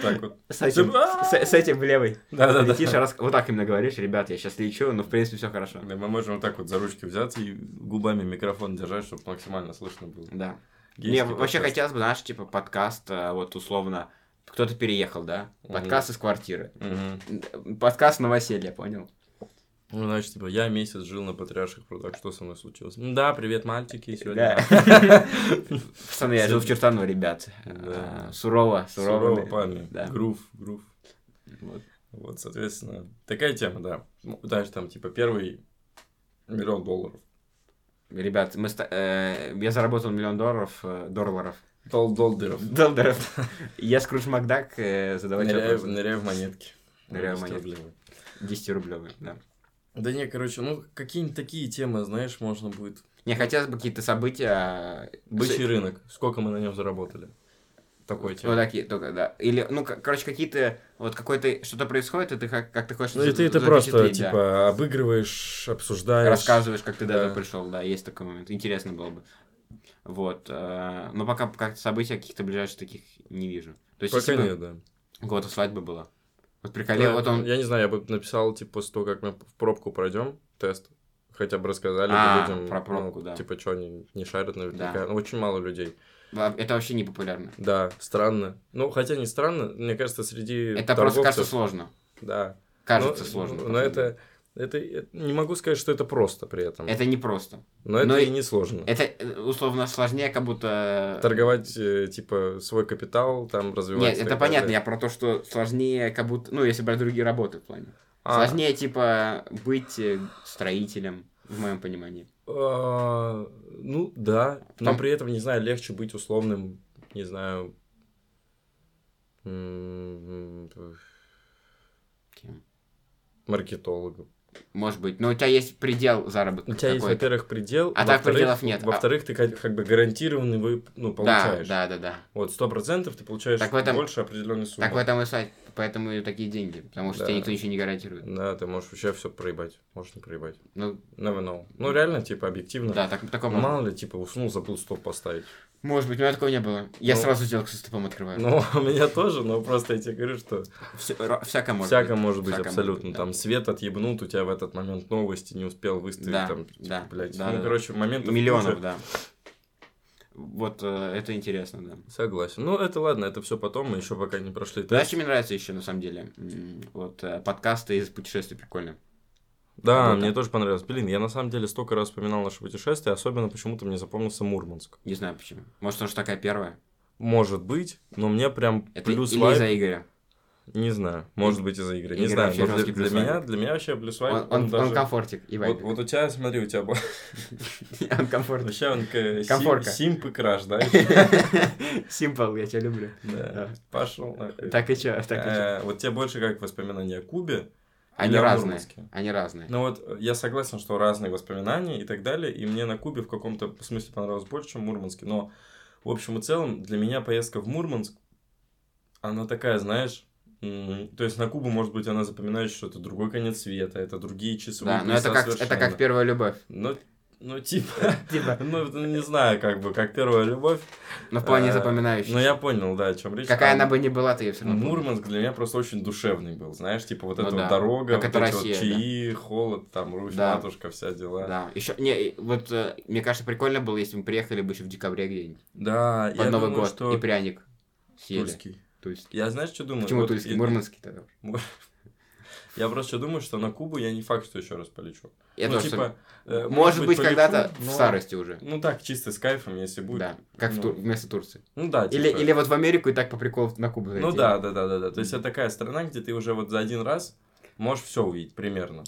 A: Так вот.
B: С этим,
A: Типа,
B: с, с этим в левой.
A: Да-да-да.
B: Летишь, а рас- вот так именно говоришь, ребят, я сейчас лечу, но в принципе все хорошо.
A: Да, Мы можем вот так вот за ручки взяться и губами микрофон держать, чтобы максимально слышно было.
B: Да.
A: Гейский
B: Мне вообще
A: подкаст.
B: хотелось бы, знаешь, типа подкаст, а, вот условно, кто-то переехал, да?
A: Мгм.
B: Подкаст из квартиры.
A: Мгм.
B: Н- Подкаст новоселья, понял?
A: Ну, значит, типа, я месяц жил на Патриарших прудах, что со мной случилось? М, Да, привет, мальчики, сегодня...
B: Да. Пацаны, я
A: Всё.
B: жил в Чертаново, ребят.
A: Да.
B: А, Сурово,
A: Сурово,
B: сурово. Э,
A: память.
B: Да.
A: Грув, грув.
B: Вот.
A: Вот, соответственно, такая тема, да. Ну, Даже там, типа, первый миллион долларов.
B: Ребят, мы ста- э, я заработал миллион долларов, э, долларов.
A: Дол долларов.
B: Долларов. Я скрудж Макдак, э, задавайте
A: Ныряю,
B: вопросы.
A: ныряю в монетки.
B: Ныряю в монетки.
A: Десятирублевые.
B: 10-рублевый, да.
A: Да не, короче, ну, какие-нибудь такие темы, знаешь, можно будет.
B: Мне хотелось бы какие-то события... э,
A: Бычий рынок. Сколько мы на нем заработали? Такой
B: Ну,
A: тема.
B: такие только, да. Или, ну, к- короче, какие-то, вот какое-то, что-то происходит, и ты как, как ты хочешь
A: Ну, и ты это
B: за-
A: просто,
B: запечатлеть, да.
A: типа, обыгрываешь, обсуждаешь.
B: Рассказываешь, как ты до
A: да.
B: этого пришел, да, есть такой момент. Интересно было бы. Вот. э, но пока как событий каких-то ближайших таких не вижу. То есть,
A: Пока
B: если бы
A: нет, да.
B: у кого-то свадьба была. Вот приколе,
A: Да,
B: вот он...
A: Я не знаю, я бы написал, типа, после того, как мы в пробку пройдем тест, хотя бы рассказали бы
B: А,
A: людям,
B: про
A: ну,
B: пробку, да.
A: типа, что они не шарят наверняка. Ну, очень мало людей.
B: Ва- а, Это вообще не популярно.
A: Да, странно. Ну, хотя не странно, мне кажется, среди
B: Это просто
A: торговцев-
B: кажется сложно.
A: Да.
B: Кажется
A: но,
B: сложно.
A: Но
B: по крайней мере.
A: Ну, это, это, это- не могу сказать, что это просто при этом.
B: Это непросто.
A: но это
B: но
A: и
B: и-
A: не сложно.
B: Это э, условно сложнее, как будто...
A: Торговать, э, типа, свой капитал, там, развивать.
B: Нет,
A: и
B: это
A: так
B: понятно,
A: далее.
B: я про то, что сложнее, как будто... Ну, если брать другие работы в плане.
A: А,
B: Сложнее, типа, быть э, строителем, в моем понимании.
A: А, ну да, но
B: Там-
A: при этом, не знаю, легче быть условным, не знаю. м,
B: Кем?
A: маркетологом.
B: Может быть. Но у тебя есть предел заработка.
A: У тебя есть,
B: какой-то.
A: во-первых, предел,
B: А так
A: во-вторых-
B: пределов нет. А-
A: Во-вторых, ты как, как бы гарантированный вы, ну, получаешь.
B: Да, да, да, да.
A: Вот сто процентов ты получаешь
B: Так в этом-
A: больше определенной суммы.
B: Так в этом и суть. Поэтому и такие деньги. Потому что
A: Да.
B: тебе никто ничего не гарантирует.
A: Да, ты можешь вообще все проебать, можешь не проебать.
B: Ну,
A: Never know. Ну реально, типа объективно.
B: да, так, такого
A: Ну, мало ли, типа уснул, забыл стоп поставить.
B: Может быть, у меня такого не было. Я
A: Ну.
B: сразу сделку со стопом открываю.
A: Ну, у меня тоже, но просто я тебе говорю, что
B: Всё- ра- всякое может
A: Всяко
B: быть.
A: может быть,
B: Всяко
A: абсолютно.
B: может быть,
A: там свет отъебнут, у тебя в этот момент новости не успел выставить.
B: Да,
A: там, типа,
B: да,
A: блядь.
B: да,
A: ну,
B: да.
A: короче, моментов
B: Миллионов,
A: куча.
B: да. Вот э, это интересно, да.
A: Согласен. Ну, это ладно, это все потом, мы еще пока не прошли
B: Знаешь,
A: тест.
B: что мне нравится еще на самом деле? М, Вот э, подкасты из путешествий прикольно.
A: Да,
B: круто.
A: мне тоже понравилось. Блин, я на самом деле столько раз вспоминал наше путешествие, особенно почему-то мне запомнился Мурманск.
B: Не знаю почему. Может, потому что такая первая.
A: Может быть, но мне прям
B: Это
A: плюс
B: или
A: лайк.
B: из-за Игоря.
C: Не знаю. Может быть, из-за игры. Не
B: Игра
C: знаю.
B: вообще
C: Но для,
B: жёсткий
C: для
B: плюс
C: меня,
B: вайб.
C: для меня вообще плюс вайб,
B: Он, он- он
C: даже-
B: комфортик и
A: Вот,
B: вайб.
A: вот у тебя, смотри, у тебя бо-
B: Он комфортик.
A: вообще он к- э, сим-
B: Комфорка.
A: симп и краш, да?
B: Симпл, я тебя люблю.
A: Да.
B: Да.
A: Пошел нахуй.
B: Так и чё, так и чё.
A: Э, Вот тебе больше как воспоминания о Кубе?
B: Они
A: Или о
B: разные.
A: Мурманске?
B: Они разные.
A: Ну вот э, я согласен, что разные воспоминания и так далее, и мне на Кубе в каком-то смысле понравилось больше, чем в Мурманске, но в общем и целом для меня поездка в Мурманск, она такая, знаешь, м, то есть на Кубу, может быть, она запоминает, что это другой конец света, это другие часовые
B: Да, но это
A: пояса
B: как, это
A: совершенно.
B: как первая любовь.
A: Ну, ну, типа,
B: Типа,
A: ну, ну, не знаю, как бы, как первая любовь,
B: но вполне
A: Э,
B: запоминающая.
A: но я понял, да, о чем речь.
B: Какая
A: А
B: она бы ни была, ты ее все равно помнишь.
A: Мурманск для меня просто очень душевный был, знаешь, типа вот
B: Ну
A: эта вот
B: да.
A: дорога,
B: Как
A: вот
B: это
A: эти вот
B: Россия, да.
A: чаи, холод, там, Русь,
B: Да.
A: матушка, вся дела.
B: Да, еще, не, и вот, э, мне кажется, прикольно было, если мы приехали бы еще в декабре где-нибудь,
A: Да,
B: под
A: я
B: Новый
A: думаю,
B: год,
A: что
B: и пряник съели.
A: Тульский.
B: Тульский.
A: Я знаешь, что думаю?
B: Почему
A: Вот
B: Тульский?
A: и-
B: Мурманский тогда.
A: Я просто что думаю, что на Кубу я не факт, что еще раз полечу.
B: Я
A: ну,
B: тоже
A: типа, э,
B: сом- Может быть,
A: полечу,
B: когда-то в
A: но-
B: старости уже.
A: Ну так, чисто с кайфом, если будет.
B: Да, как в
A: ну.
B: Тур- вместо Турции.
A: Ну да,
B: Или,
A: типа.
B: или вот в Америку и так по приколу на Кубу
A: Ну
B: зайти.
A: да, да, да, да, да. То есть это такая страна, где ты уже вот за один раз можешь все увидеть примерно.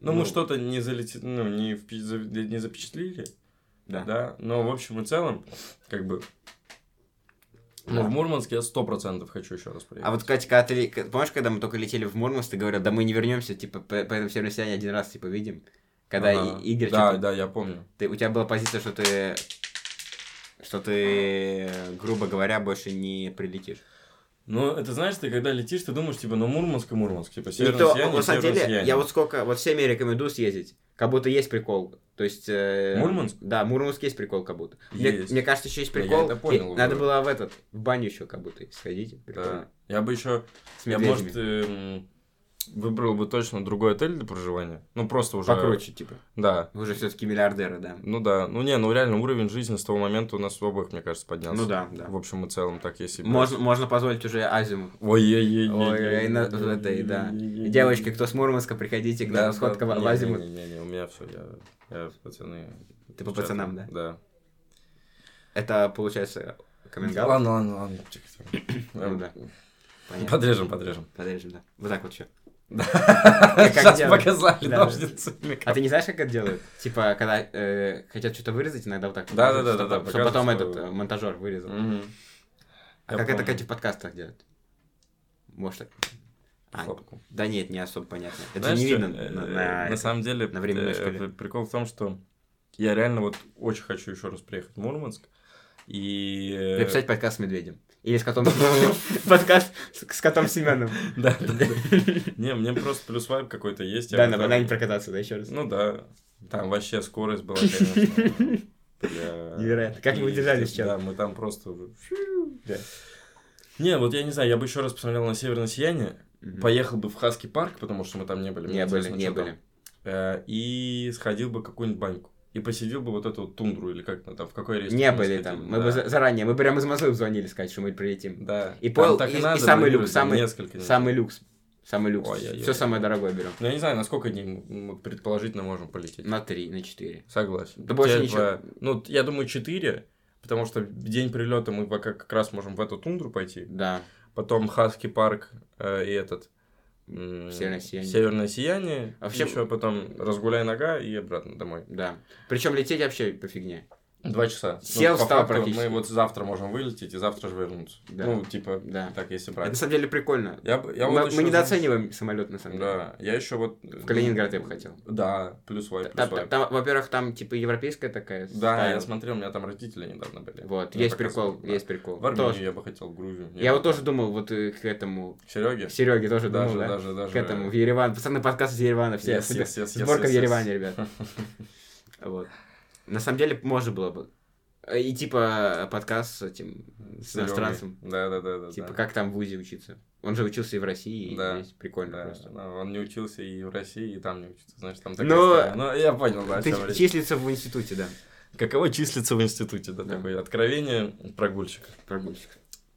A: Ну,
B: Ну.
A: мы что-то не залети... ну, не, впи- за- не запечатлили,
B: Да.
A: да, но в общем и целом, как бы, ну,
B: Да.
A: в Мурманске я сто процентов хочу еще раз приехать.
B: А вот, кстати, когда ты, ле- к- помнишь, когда мы только летели в Мурманск, ты говорил, да мы не вернемся, типа, по- поэтому все россияне один раз, типа, видим. Когда
A: Ага.
B: И- Игорь,
A: Да,
B: типа,
A: да, я помню.
B: ты- у тебя была позиция, что ты, что ты, грубо говоря, больше не прилетишь.
A: Ну, это знаешь, ты когда летишь, ты думаешь, типа, ну, Мурманск и Мурманск, типа,
B: И
A: северное
B: то,
A: сияние,
B: на самом
A: северное
B: деле,
A: сияние.
B: я вот сколько, вот всеми рекомендую съездить, как будто есть прикол. То есть... э,
A: Мурманск?
B: Да, Мурманск есть прикол, как будто. Мне,
A: Есть.
B: мне кажется, еще есть
A: Да, я
B: прикол.
A: это понял
B: и
A: уже.
B: надо было в этот, в баню еще как будто сходить. Прикольно.
A: Да. Я бы еще,
B: С
A: я,
B: медведями.
A: может, эм, выбрал бы точно другой отель для проживания. Ну, просто уже...
B: Покруче, типа.
A: Да.
B: Вы же все-таки миллиардеры, да.
A: Ну да, ну не, ну реально уровень жизни с того момента у нас у обоих, мне кажется, поднялся.
B: Ну да, да.
A: В общем и целом, так если... бы-
B: Можно, можно позволить уже Азиму.
A: ой ой
B: Ой, ой, на- этой, да. Девочки, кто с Мурманска, приходите к нам, сходка в Азиму.
A: Не-не-не, у меня все, я, я пацаны...
B: Ты по
A: честно,
B: пацанам, да?
A: Да.
B: Это, получается, каминг
A: Ладно, ладно, ладно. чё ты.
B: Ну да. Понятно.
A: Подрежем, подрежем.
B: Подрежем, да. Вот так вот еще.
A: Сейчас
B: делают.
A: показали
B: Да.
A: ножницами.
B: А ты не знаешь, как это делают? Типа, когда э, хотят что-то вырезать, иногда вот так.
A: Да,
B: показывают,
A: да, да,
B: чтобы-
A: да, да,
B: Чтобы потом
A: показывают,
B: этот
A: что-
B: э, монтажер вырезал.
A: Мгм.
B: А
A: Я
B: как это,
A: помню.
B: кстати, в подкастах делают? Может так? А,
A: Фотку.
B: да нет, не особо понятно. Это
A: ну, Знаешь,
B: не
A: чё,
B: видно
A: э,
B: на,
A: на самом деле,
B: на временной
A: э,
B: шкале.
A: пр- прикол в том, что я реально вот очень хочу еще раз приехать в Мурманск. И... э,
B: Написать подкаст с медведем. Или с котом... Подкаст с с котом Семеном.
A: Да, да, да. Не, мне просто плюс вайб какой-то есть. я
B: Да,
A: бы
B: на
A: там-
B: банане прокататься, да, еще раз.
A: Ну да. Там вообще скорость была, конечно. бля.
B: Невероятно. Как мы
A: И,
B: удержались
A: естественно, Да,
B: вчера.
A: мы там просто... уже-
B: Да.
A: Не, вот я не знаю, я бы еще раз посмотрел на «Северное сияние»,
B: Мгм.
A: поехал бы в Хаски парк, потому что мы там не были. мне
B: Не были,
A: интересно,
B: не
A: что там.
B: были.
A: Э, и сходил бы в какую-нибудь баньку. И посидел бы вот эту вот тундру, или как она там, в какой ресторан.
B: Не
A: мы
B: были
A: сходили,
B: там. Мы
A: да.
B: бы за- заранее, мы прям из Москвы звонили сказать, что мы прилетим.
A: Да.
B: И
A: Там
B: пол-
A: так
B: и- и
A: надо,
B: самый
A: блин,
B: люкс,
A: там
B: самый-
A: Несколько. недель.
B: Самый люкс. Самый люкс.
A: Ой-ой-ой.
B: Все самое дорогое берем.
A: Ну, я не знаю, на сколько дней мы предположительно можем полететь.
B: На три, на четыре.
A: Согласен.
B: Да больше
A: Типа,
B: ничего.
A: Ну, я думаю, 4, потому что день прилета мы пока как раз можем в эту тундру пойти.
B: Да.
A: Потом Хаски парк э, и этот... м,
B: Северное сияние.
A: Северное сияние.
B: А вообще-
A: еще потом разгуляй нога и обратно домой.
B: Да. Причем лететь вообще по фигне.
A: Два часа.
B: Сел,
A: по
B: встал
A: факту
B: Ну, практически.
A: Мы вот завтра можем вылететь и завтра же вернуться.
B: Да.
A: Ну, типа,
B: Да.
A: так, если
B: Это на
A: брать.
B: самом деле прикольно.
A: Я, бы- я
B: мы,
A: вот ещё,
B: мы недооцениваем самолет на самом деле.
A: Да, я еще вот...
B: В Калининград я бы хотел.
A: Да, плюс вайп,
B: Там,
A: плюс вайп.
B: там, во-первых, там типа европейская такая.
A: Да,
B: стайл.
A: я смотрел, у меня там родители недавно были.
B: Вот,
A: Мне
B: есть прикол,
A: показывали, да.
B: есть прикол.
A: В Армению
B: Тоже.
A: я бы хотел, в Грузию.
B: Я вот тоже думал, вот э, к этому.
A: Сереге?
B: К Сереге тоже
A: даже,
B: думал, да?
A: даже, даже.
B: К этому, в Ереван. Пацаны, подкаст из Еревана. Все,
A: Yes,
B: супер.
A: yes, yes, yes,
B: Сборка
A: yes,
B: в
A: yes.
B: Ереване, ребят. Вот. На самом деле, можно было бы. Э, И типа подкаст с этим, с
A: Серёгой.
B: иностранцем.
A: Да, да, да, да.
B: Типа,
A: да.
B: как там в ВУЗе учиться. Он же учился и в России, и
A: Да.
B: здесь прикольно
A: Да,
B: просто.
A: да, он не учился и в России, и там не учится. Знаешь, там такая
B: Ну,
A: история. Ну, я понял, да, о
B: Ты
A: чём речь.
B: числится в институте, да.
A: Каково числится в институте, да,
B: Да.
A: такое откровение прогульщика.
B: Прогульщик.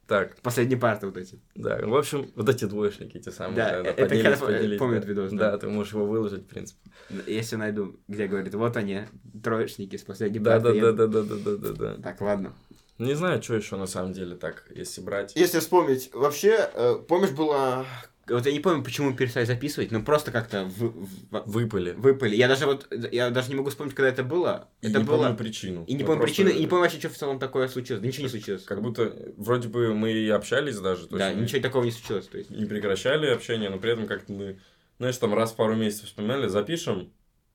A: Так,
B: Последние парты вот эти.
A: да, в общем, вот эти двоечники, те самые,
B: Да,
A: да, да,
B: э- это
A: поделись,
B: когда по-
A: поделись,
B: помнят
A: да.
B: видос, да.
A: Да, ты можешь его выложить, в принципе.
B: Если найду, где говорит, вот они, троечники с последней
A: Да, да,
B: парты.
A: да, да, да, да, да, да, да.
B: Так, ладно.
A: Не знаю, что еще на самом деле так, если брать.
B: Если вспомнить, вообще, э, помнишь, была... Вот я не помню, почему мы перестали записывать, но просто как-то вы- в-
A: Выпали.
B: выпали. Я даже вот, я даже не могу вспомнить, когда это было.
A: И
B: это
A: не
B: было...
A: помню причину.
B: И не
A: Ну,
B: помню
A: просто
B: причины, и не помню вообще, что в целом такое случилось. Да ничего не случилось.
A: Как будто вроде бы мы и общались даже. то
B: Да,
A: есть мы
B: ничего такого не случилось. То есть.
A: Не прекращали общение, но при этом как-то мы, знаешь, там раз в пару месяцев вспоминали, запишем.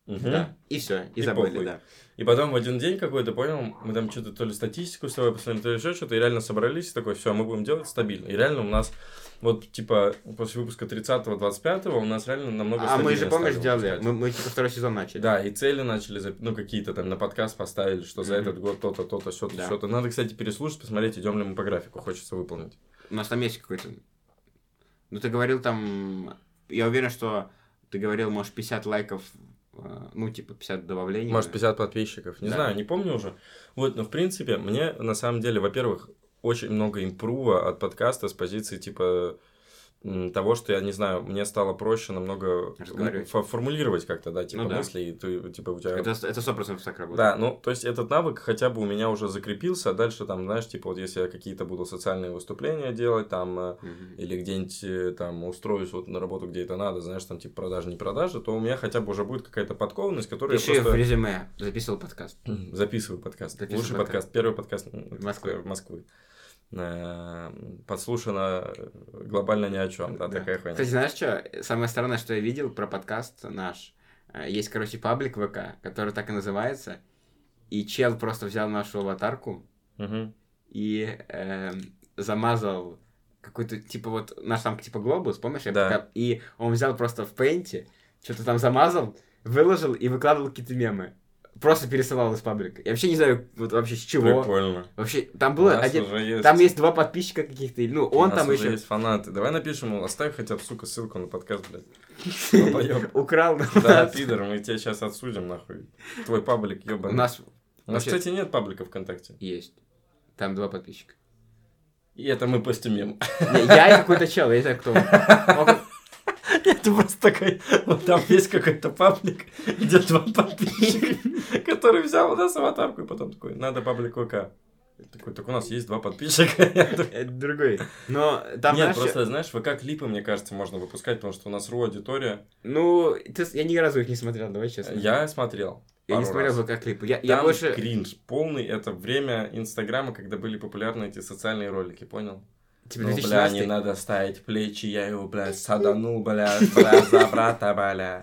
A: Мгм.
B: Да. И все, и,
A: И
B: забыли,
A: похуй.
B: да.
A: И потом в один день какой-то, понял, мы там что-то то ли статистику с тобой посмотрели, то ли еще что-то, и реально собрались, и такой, все, мы будем делать стабильно. И реально у нас, вот, типа, после выпуска 30-25 у нас реально намного
B: А мы же,
A: стабильнее
B: помнишь,
A: стали
B: делали?
A: выпускать.
B: Мы, мы типа второй сезон начали.
A: Да, и цели начали, зап- ну, какие-то там на подкаст поставили, что за
B: Мгм.
A: этот год то-то, то-то, что-то,
B: Да.
A: то Надо, кстати, переслушать, посмотреть, идем ли мы по графику, хочется выполнить.
B: У нас там есть какой-то... Ну, ты говорил там... Я уверен, что ты говорил, может, 50 лайков, э, ну, типа, 50 добавлений.
A: Может, 50 подписчиков, не
B: Да.
A: знаю, не помню уже. Вот, но, в принципе, мне, на самом деле, во-первых, очень много импрува от подкаста с позиции, типа, м, того, что я не знаю, мне стало проще намного
B: Разговаривать.
A: фо- формулировать как-то, да, типа
B: Ну да.
A: мысли, и ты, типа, у тебя
B: Это, это 100% так работает.
A: Да, ну, то есть этот навык хотя бы у меня уже закрепился, а дальше там, знаешь, типа вот если я какие-то буду социальные выступления делать, там, э,
B: Мгм.
A: или где-нибудь э, там устроюсь вот на работу, где это надо, знаешь, там типа продажи, не продажи, то у меня хотя бы уже будет какая-то подкованность, которую
B: Пиши
A: я
B: в
A: просто
B: резюме. Записывал подкаст.
A: м, записываю подкаст.
B: Записывай
A: Лучший
B: подкаст.
A: подкаст. первый подкаст м, это
B: Москвы.
A: такой, Москвы. Э, Подслушано э, глобально ни о чем, да,
B: Да.
A: такая хуйня.
B: Кстати, знаешь что? Самое странное, что я видел про подкаст наш. Э, Есть, короче, паблик ВК, который так и называется. И чел просто взял нашу аватарку
A: Мгм.
B: и эм, замазал какой-то, типа, вот наш там, типа, глобус, помнишь? Я
A: Да.
B: пока- И он взял просто в пейнте, что-то там замазал, выложил и выкладывал какие-то мемы. Просто пересылал из паблика. Я вообще не знаю, вот вообще с чего.
A: Прикольно.
B: Вообще, там
A: У
B: было
A: нас
B: один...
A: уже есть-
B: Там есть два подписчика каких-то, или- ну,
A: у
B: он
A: нас
B: там
A: уже
B: еще...
A: есть фанаты. Давай напишем, ему, оставь хотя бы, сука, ссылку на подкаст, блядь. Долбоёб.
B: Украл на
A: Да,
B: нас.
A: пидор, мы тебя сейчас отсудим, нахуй. Твой паблик,
B: У
A: ебаный.
B: нас
A: У нас,
B: вообще-
A: кстати, нет паблика ВКонтакте.
B: есть. Там два подписчика.
A: И это мы постим мем.
B: Не, Я и какой-то чел, я не знаю, кто он. Он как-
A: Это просто такой... Вот там есть какой-то паблик, где два подписчика, который взял у нас аватарку, и потом такой, надо паблик ВК. Такой, так у нас есть два подписчика. Я такой,
B: Это э, другой. Но там,
A: Нет,
B: знаешь,
A: просто, знаешь, ВК-клипы, мне кажется, можно выпускать, потому что у нас ру аудитория.
B: ну, ты с- я ни разу их не смотрел, давай честно.
A: Я смотрел.
B: Я не
A: пару
B: смотрел
A: раз.
B: ВК-клипы. Я, я
A: Там
B: больше,
A: кринж полный. Это время Инстаграма, когда были популярны эти социальные ролики, понял?
B: типа,
A: ну, бля, не
B: 2017
A: надо ставить плечи, я его, бля, саданул, бля, бля, за брата, бля.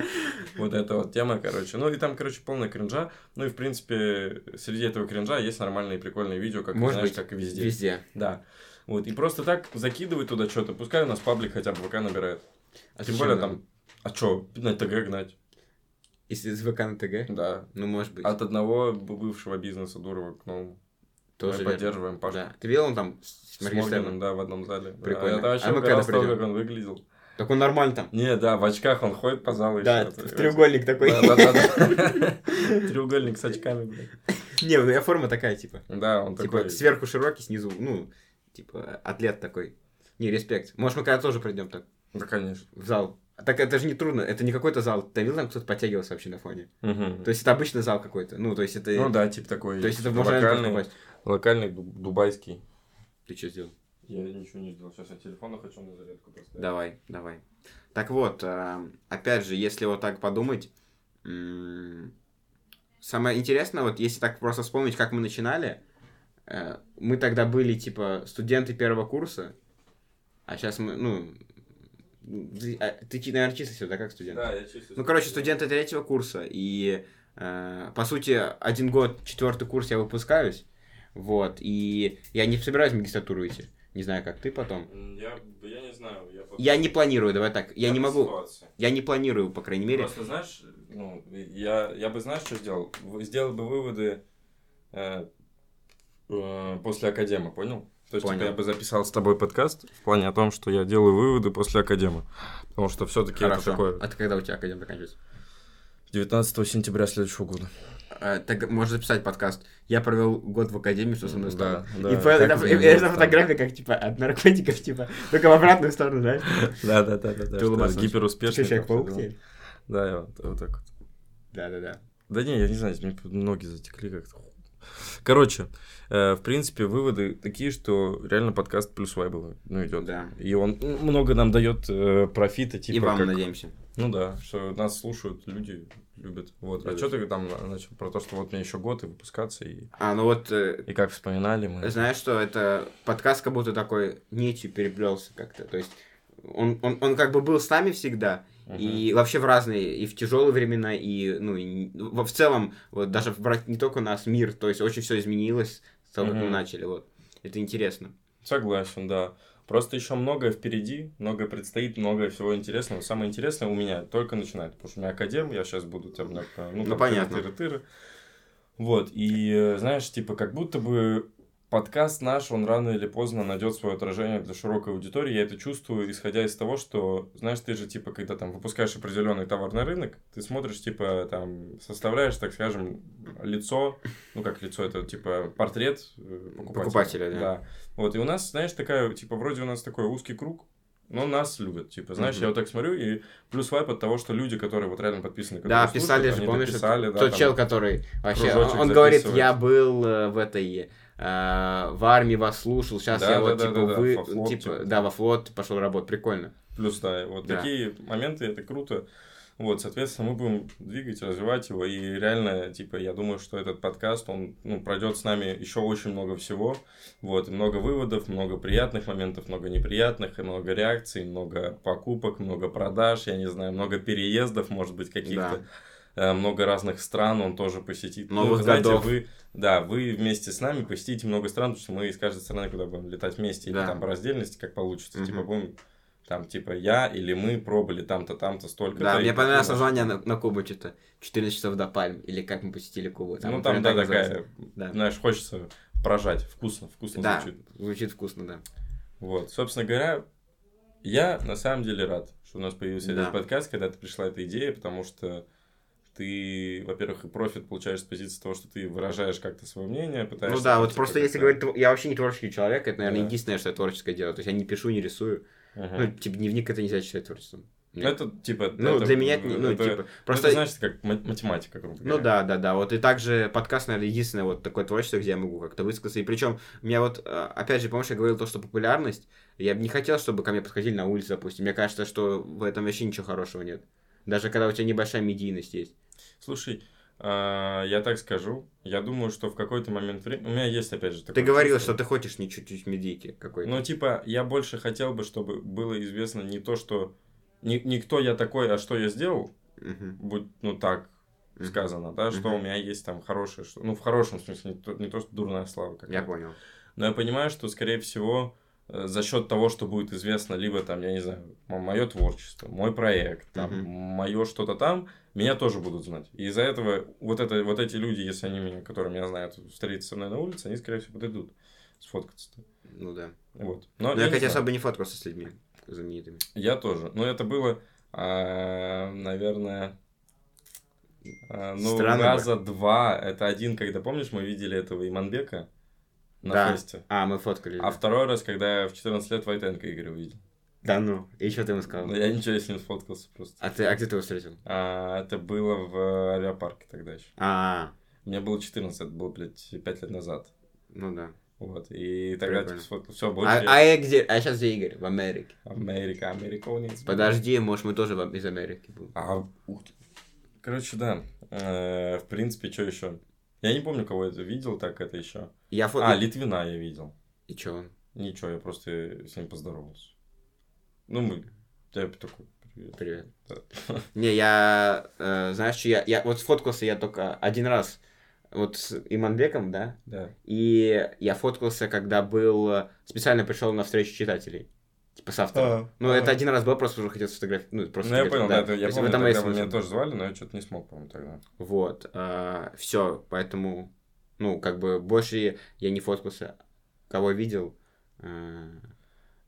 A: Вот эта вот тема, короче. Ну, и там, короче, полная кринжа. Ну, и, в принципе, среди этого кринжа есть нормальные прикольные видео, как,
B: Может
A: знаешь,
B: быть,
A: как и везде.
B: везде.
A: Да. Вот, и просто так закидывай туда что-то, пускай у нас паблик хотя бы ВК набирает.
B: А
A: Тем
B: зачем
A: более
B: нам?
A: там, а чё, на ТГ гнать?
B: Если из ВК на ТГ?
A: Да.
B: Ну, может быть.
A: От одного б- бывшего бизнеса Дурова к новому. Мы
B: Тоже верно.
A: поддерживаем Пашку.
B: Да. Ты видел он там с
A: С
B: Моргенштерном?
A: Моргенштерном, да, в одном зале. Да,
B: Прикольно.
A: это вообще
B: А мы
A: угорал
B: когда
A: с того,
B: придём?
A: как он выглядел.
B: Так он нормально там.
A: Не, да, в очках он ходит по залу
B: Да,
A: ещё.
B: в треугольник такой.
A: Да-да-да. Треугольник с очками, блядь.
B: Не, ну я форма такая, типа.
A: Да, он
B: Типа
A: такой.
B: сверху широкий, снизу, ну, типа, атлет такой. Не, респект. Может, мы когда тоже придем так
A: Да, конечно.
B: в зал. Так это же не трудно, это не какой-то зал. Ты видел, там кто-то подтягивался вообще на фоне?
A: Мгм.
B: То есть это обычный зал какой-то. Ну, то есть это...
A: Ну да, типа такой.
B: То есть это можно реально
A: локальный,
B: попасть.
A: локальный ду- дубайский.
B: Ты что сделал?
A: Я ничего не делал. Сейчас я телефон хочу на зарядку поставить.
B: Давай, давай. Так вот, а, опять же, если вот так подумать, м, самое интересное, вот если так просто вспомнить, как мы начинали, э, мы тогда были, типа, студенты первого курса, а сейчас мы, ну, ты, а, ты, чи- наверное, числишься, да, как студент?
A: Да, я чисто.
B: Ну, короче, студенты третьего курса, и, э, по сути, один год, четвертый курс я выпускаюсь, вот, и я не собираюсь в магистратуру идти, не знаю, как ты потом.
A: М, Я, я не знаю. Я, по-
B: Я не планирую, давай так. Я, не
A: по
B: могу.
A: ситуации.
B: Я не планирую, по крайней мере.
A: Просто знаешь, ну, я, я бы, знаешь, что сделал? В- Сделал бы выводы э, э, после Академа, понял? То есть, типа,
B: Понял.
A: я бы записал с тобой подкаст в плане о том, что я делаю выводы после Академа. Потому что все-таки это
B: Хорошо.
A: такое.
B: А ты когда у тебя академ заканчивается?
A: 19 сентября следующего года.
B: А, так можешь записать подкаст. Я провел год в академии, что со мной
A: Да,
B: стало.
A: да,
B: и
A: как
B: это,
A: мне
B: это
A: стало.
B: фотография как типа от наркотиков, типа, только в обратную сторону, знаешь? Типа,
A: Да, да, да, да.
B: Ты улыбался.
A: Гиперуспешный.
B: Что, Человек-паук
A: там всё
B: теперь?
A: дела. Да, я вот, вот так вот.
B: Да-да-да.
A: Да не, я не знаю, мне ноги затекли как-то. Короче, э, в принципе, выводы такие, что реально подкаст плюс вайбовый, ну, идет.
B: Да.
A: И он много нам дает э, профита, типа.
B: И вам,
A: как-
B: надеемся.
A: Ну да, что нас слушают, люди любят. Вот. А
B: Любят.
A: что ты там начал про то, что вот мне еще год и выпускаться, и,
B: А, ну вот, э,
A: и как вспоминали мы.
B: знаешь, что это подкаст как будто такой нитью переплелся как-то. То есть он, он, он как бы был с нами всегда, и вообще в разные, и в тяжелые времена, и, ну, и в, в целом, вот даже брать не только нас, мир, то есть очень все изменилось с того, как мы
A: Мгм.
B: начали, вот. Это интересно.
A: Согласен, да. Просто еще многое впереди, многое предстоит, многое всего интересного. Самое интересное у меня только начинает, потому что у меня академ, я сейчас буду там, ну, там,
B: Ну, понятно.
A: тыры-тыры-тыры. Вот, и э, знаешь, типа, как будто бы подкаст наш, он рано или поздно найдет свое отражение для широкой аудитории. Я это чувствую, исходя из того, что, знаешь, ты же, типа, когда там выпускаешь определенный товар на рынок, ты смотришь, типа, там, составляешь, так скажем, лицо, ну, как лицо, это, типа, портрет э, покупателя.
B: Покупателя, да.
A: да. Вот, и у нас, знаешь, такая, типа, вроде у нас такой узкий круг, но нас любят, типа, знаешь,
B: Мгм.
A: я вот так смотрю, и плюс вайп от того, что люди, которые вот реально подписаны,
B: Да,
A: которые
B: писали
A: слушают,
B: же,
A: они
B: помнишь,
A: дописали,
B: тот
A: да, там,
B: чел, который вообще,
A: кружочек
B: он говорит,
A: записывает.
B: я был э, в этой, э, в армии вас слушал, сейчас
A: Да,
B: я
A: да,
B: вот,
A: да,
B: типа,
A: да, да,
B: вы,
A: во флот,
B: типа,
A: типа.
B: да, во флот пошел работать, прикольно.
A: плюс, да, вот
B: Да.
A: такие моменты, это круто. Вот, соответственно, мы будем двигать, развивать его, и реально, типа, я думаю, что этот подкаст, он, ну, пройдет с нами еще очень много всего, вот, и много выводов, много приятных моментов, много неприятных, и много реакций, много покупок, много продаж, я не знаю, много переездов, может быть, каких-то, э, много разных стран он тоже посетит.
B: Новых
A: вы знаете,
B: годов.
A: вы, да, вы вместе с нами посетите много стран, потому что мы из каждой страны куда будем летать вместе или
B: Да.
A: там по раздельности, как получится.
B: Мгм.
A: Типа будем там типа я или мы пробовали там-то, там-то,
B: Да,
A: столько-то.
B: да
A: и
B: мне понравилось
A: такие,
B: название на, на Кубу что-то, 14 часов до Пальм, или как мы посетили Кубу.
A: Ну
B: например,
A: там, да,
B: так называется.
A: такая, ну.
B: Да.
A: знаешь, хочется прожать, вкусно, вкусно
B: Да.
A: звучит.
B: Звучит вкусно, да.
A: Вот, собственно говоря, я на самом деле рад, что у нас появился
B: Да.
A: этот подкаст, когда ты пришла эта идея, потому что ты, во-первых, и профит получаешь с позиции того, что ты выражаешь как-то свое мнение, пытаешься...
B: Ну да,
A: там,
B: вот
A: типа,
B: просто если
A: как-то-
B: говорить, тво- я вообще не творческий человек, это, наверное,
A: Да.
B: единственное, что я творческое делаю. То есть я не пишу, не рисую.
A: Мгм.
B: Ну, типа, дневник это нельзя считать творчеством.
A: Ну, Это типа...
B: Ну,
A: это-
B: для меня, это не- ну,
A: это-
B: типа,
A: это,
B: просто...
A: значит, как ма- математика, грубо
B: Ну
A: говоря.
B: да, да, да. Вот и также подкаст, наверное, единственное вот такое творчество, где я могу как-то высказаться. И причем, у меня вот, э, опять же, помнишь, я говорил то, что популярность, я бы не хотел, чтобы ко мне подходили на улице, допустим. Мне кажется, что в этом вообще ничего хорошего нет. Даже когда у тебя небольшая медийность есть.
A: Слушай, а, я так скажу, я думаю, что в какой-то момент времени... У меня есть, опять же, такое...
B: Ты говорил,
A: чувство.
B: что ты хочешь не чуть-чуть медийки какой-то.
A: Ну, типа, я больше хотел бы, чтобы было известно не то, что... Не, не кто я такой, а что я сделал,
B: Мгм.
A: будь, ну, так
B: Мгм.
A: сказано, да, что
B: Мгм.
A: у меня есть там хорошее, что... ну, в хорошем смысле, не то, не то, что дурная слава. Как
B: Я понял.
A: Но я понимаю, что, скорее всего, э, за счет того, что будет известно, либо там, я не знаю, мое творчество, мой проект, там,
B: Мгм.
A: мое что-то там, меня тоже будут знать. И из-за этого вот, это, вот эти люди, если они меня, которые меня знают, встретятся со мной на улице, они, скорее всего, подойдут сфоткаться-то.
B: Ну да.
A: Вот. Но
B: Но
A: я,
B: я,
A: не
B: хотя
A: знаю.
B: особо не фоткался с людьми знаменитыми.
A: Я тоже. Но это было, а, наверное, а, ну,
B: Странно бы.
A: раза два. Это один, когда, помнишь, мы видели этого Иманбека на
B: Да.
A: фесте.
B: А, мы фоткали.
A: А второй раз, когда я в 14 лет Войтенко Игоря увидел.
B: Да ну. И что ты ему сказал?
A: Но я ничего с ним сфоткался просто.
B: А ты, а где ты его встретил?
A: А, это было в авиапарке тогда еще.
B: А,
A: Мне было 14, это было, блядь, 5 лет назад.
B: ну да.
A: Вот. И тогда
B: Прикольно.
A: типа сфоткал. Все, больше
B: А,
A: я-
B: а я где? А сейчас где Игорь? В Америке.
A: Америка, американец.
B: Подожди, может, мы тоже в- из Америки будем.
A: А, ух ты. Короче, да. Э, в принципе, что еще? Я не помню, кого это видел, так это еще.
B: Я фо...
A: А, Литвина я видел.
B: И чё он?
A: Ничего, я просто с ним поздоровался. Ну, мы... Я такой, привет.
B: Привет.
A: Да.
B: Не, я... э, знаешь, что я, я... Вот сфоткался я только один раз. Вот с Иманбеком, да?
A: Да.
B: И я фоткался, когда был... э, Специально пришел на встречу читателей. Типа с автором. Ну, это один раз был, просто уже хотел сфотографировать. Ну, просто
A: А, Ну, я понял,
B: сфотографировать,
A: да, это-
B: То
A: я
B: есть в
A: помню,
B: этом
A: тогда
B: есть
A: вы меня
B: смысл.
A: тоже звали, но я что-то не смог, по-моему, тогда.
B: Вот. все, поэтому, ну, как бы больше я не фоткался. Кого видел? э,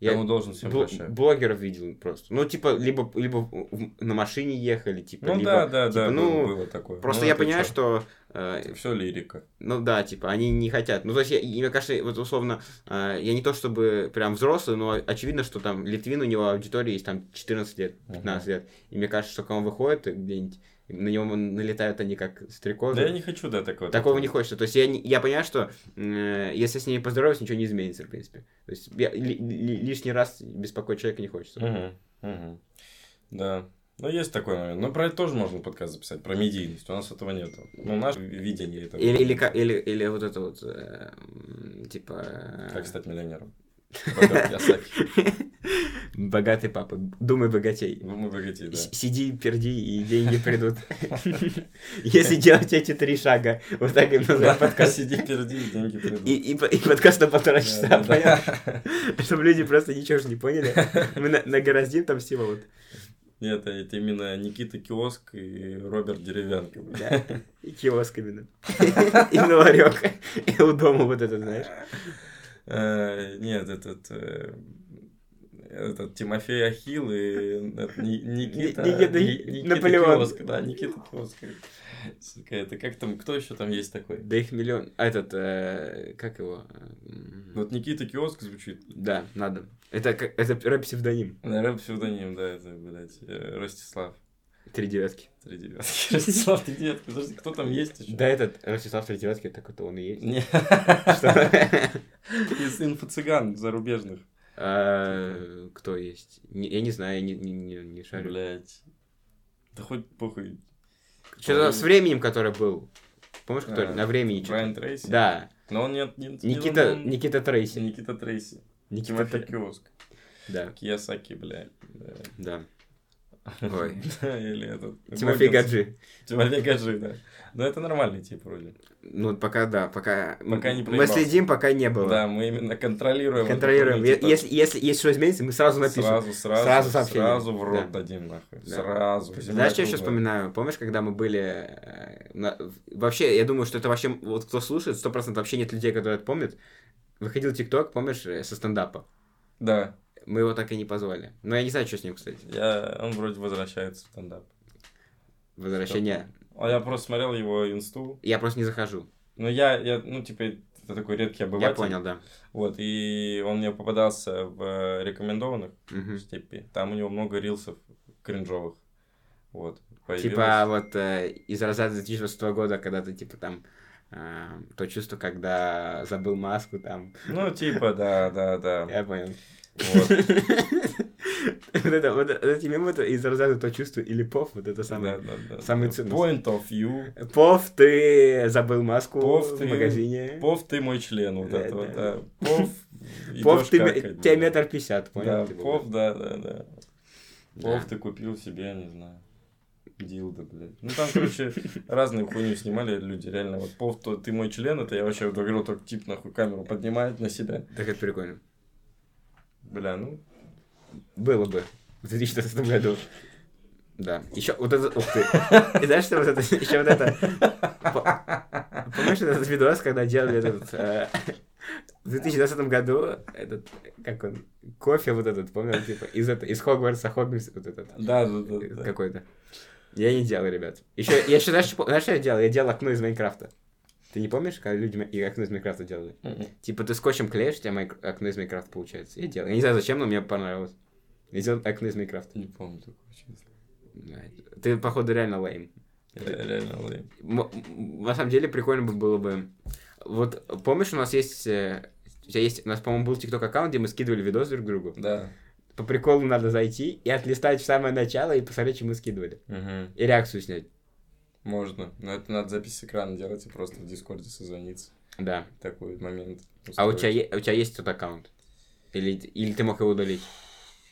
A: Я
B: я
A: ему должен всем
B: бл-
A: прощать.
B: блогеров видел просто. Ну, типа, либо, либо в- на машине ехали, типа,
A: Ну
B: либо...
A: да, да,
B: типа,
A: да,
B: ну,
A: было, было такое.
B: Просто я понимаю, что... э,
A: Все лирика.
B: ну да, типа, они не хотят. Ну, то есть, я, и мне кажется, вот условно, э, я не то чтобы прям взрослый, но очевидно, что там Литвин, у него аудитория есть там 14 лет, 15 лет. И мне кажется, что когда он выходит где-нибудь на него налетают они как стрекозы.
A: Да я не хочу, да, такого.
B: Такого не хочется. То есть я, не- я понимаю, что э, если с ней поздороваюсь, ничего не изменится, в принципе. То есть я ли- ли- лишний раз беспокоить человека не хочется.
A: Мгм, мгм. Да. Ну, есть такой момент. Но про это тоже можно подкаст записать, про медийность. У нас этого нету. Ну, наше видение этого.
B: Или, или, ка- или, или вот это вот, э, м, типа... э,
A: Как стать миллионером. Богат я, Саки.
B: Богатый папа, думай богатей.
A: Ну, Мы богатеи, да.
B: С- Сиди, перди, и деньги придут. Если делать эти три шага, вот так и
A: Да,
B: назовем подкаст.
A: сиди, перди, и деньги придут.
B: И, и по- и подкаст на полтора часа,
A: Да, да, да.
B: понятно? Чтобы люди просто ничего же не поняли. Мы на- нагороздим там всего вот.
A: Нет, а это именно Никита Киоск и Роберт Деревянко.
B: Да. И киоск именно. И ларек. И у дома вот это, знаешь.
A: Э, Нет, этот... э, Этот Тимофей Ахилл и этот Ни- Никита...
B: Ни- Никита
A: Ни-
B: Наполеон.
A: Киоск, да, Никита Киоск. Сука, Это как там, кто еще там есть такой?
B: Да их миллион. А этот, э, как его? М,
A: Вот Никита Киоск звучит.
B: Да, надо. Это, как- это рэп-псевдоним.
A: Наверное, псевдоним, да, это, блядь, э, Ростислав.
B: Три девятки.
A: Три девятки. Ростислав, ты нет, подожди, кто там есть еще?
B: Да, этот Ростислав Три девятки, так это он и есть.
A: Не.
B: Что?
A: Из инфо-цыган зарубежных.
B: А, Кто есть? Не- Я не знаю, я не- не не- не шарю.
A: Блять. Да хоть похуй.
B: Что-то с временем, который был. Помнишь, который
A: А,
B: на времени что-то?
A: Брайан Трейси?
B: Да.
A: Но он нет, нет,
B: Никита,
A: он-
B: Никита Трейси.
A: Никита Трейси.
B: Никита
A: Тимофей
B: Трейси.
A: Киоск.
B: Да,
A: Киясаки, блядь. Да.
B: да. Ой.
A: Да, Или этот...
B: Тимофей
A: Годжи.
B: Гаджи.
A: Тимофей Гаджи, да. Но это нормальный тип вроде.
B: Ну, пока да, пока...
A: Пока не
B: Мы
A: проебался.
B: следим, пока не было.
A: Да, мы именно контролируем. вот
B: Ну Контролируем.
A: такой,
B: Е-
A: типа,
B: Если, если, если что изменится, мы сразу напишем.
A: Сразу, сразу, сразу,
B: Сразу сообщение.
A: в рот
B: Да.
A: дадим, нахуй.
B: Да.
A: Сразу.
B: Знаешь, что
A: Земля
B: я еще
A: круглая.
B: вспоминаю? Помнишь, когда мы были... э, на- в- Вообще, я думаю, что это вообще... Вот кто слушает, 100% вообще нет людей, которые это помнят. Выходил ТикТок, помнишь, э, со стендапа.
A: Да,
B: Мы его так и не позвали. Но я не знаю, что с ним, кстати.
A: я, он вроде возвращается в стендап.
B: Возвращение.
A: А я просто смотрел его инсту.
B: Я просто не захожу.
A: Ну, я, я, ну, типа, это такой редкий обыватель.
B: Я понял, да.
A: Вот, и он мне попадался в э, рекомендованных
B: Мгм.
A: в степи. Там у него много рилсов кринжовых. Вот,
B: Типа
A: появилось.
B: вот э, из разряда 2006 года, когда ты типа там э, то чувство, когда забыл маску там.
A: Ну, типа, да, да, да.
B: Я понял.
A: Вот.
B: Вот это, вот эти мемы, это из разряда то чувство или пов, вот это
A: Да,
B: самое.
A: да, да.
B: самый ценность.
A: Point of view.
B: Пов, ты забыл маску
A: Пов,
B: в
A: ты-
B: магазине.
A: Пов, ты мой член, вот
B: Да,
A: это вот,
B: да.
A: да. Пов,
B: Пов,
A: идёшь
B: ты
A: какать,
B: тебе
A: да.
B: метр пятьдесят, понял?
A: Да,
B: Типа,
A: пов, да, да, да.
B: да.
A: Пов ты купил себе, я не знаю. Дилда, блядь. Ну там, короче, разную хуйню снимали люди, реально. Вот пов, то ты мой член, это я вообще вот говорил, только тип нахуй камеру поднимает на себя.
B: Так это прикольно.
A: Бля, ну.
B: Было бы в 2016 году. Да. Еще вот это... Ух ты. И знаешь, что вот это... Еще вот это... По- Помнишь этот видос, когда делали этот... э, В 2020 году этот... Как он? Кофе вот этот, помнил? Типа из, это, из Хогвартса Хогвартс вот этот.
A: Да, да, да. да.
B: Какой-то. Я не делал, ребят. Еще, я еще, знаешь, что- знаешь, что я делал? Я делал окно из Майнкрафта. Ты не помнишь, когда люди ма- и окно из Майнкрафта делали?
A: Мгм.
B: Типа ты скотчем клеишь, у тебя майк- окно из Майнкрафта получается. Я делал. Я не знаю зачем, но мне понравилось. Я сделал окно из Майнкрафта.
A: Не помню такого, честно.
B: Да. Ты, походу, реально лайм.
A: Ре- Реально лейм.
B: На самом деле, прикольно бы было бы... Вот помнишь, у нас есть... э, У тебя есть... У нас, по-моему, был тикток-аккаунт, где мы скидывали видос друг другу.
A: Да.
B: По приколу надо зайти и отлистать в самое начало и посмотреть, что мы скидывали.
A: Мгм.
B: И реакцию снять.
A: Можно. Но это надо запись с экрана делать и просто в Дискорде созвониться.
B: Да.
A: Такой момент.
B: А у
A: устроить.
B: тебя, е- у тебя есть тот аккаунт? Или, или ты мог его удалить?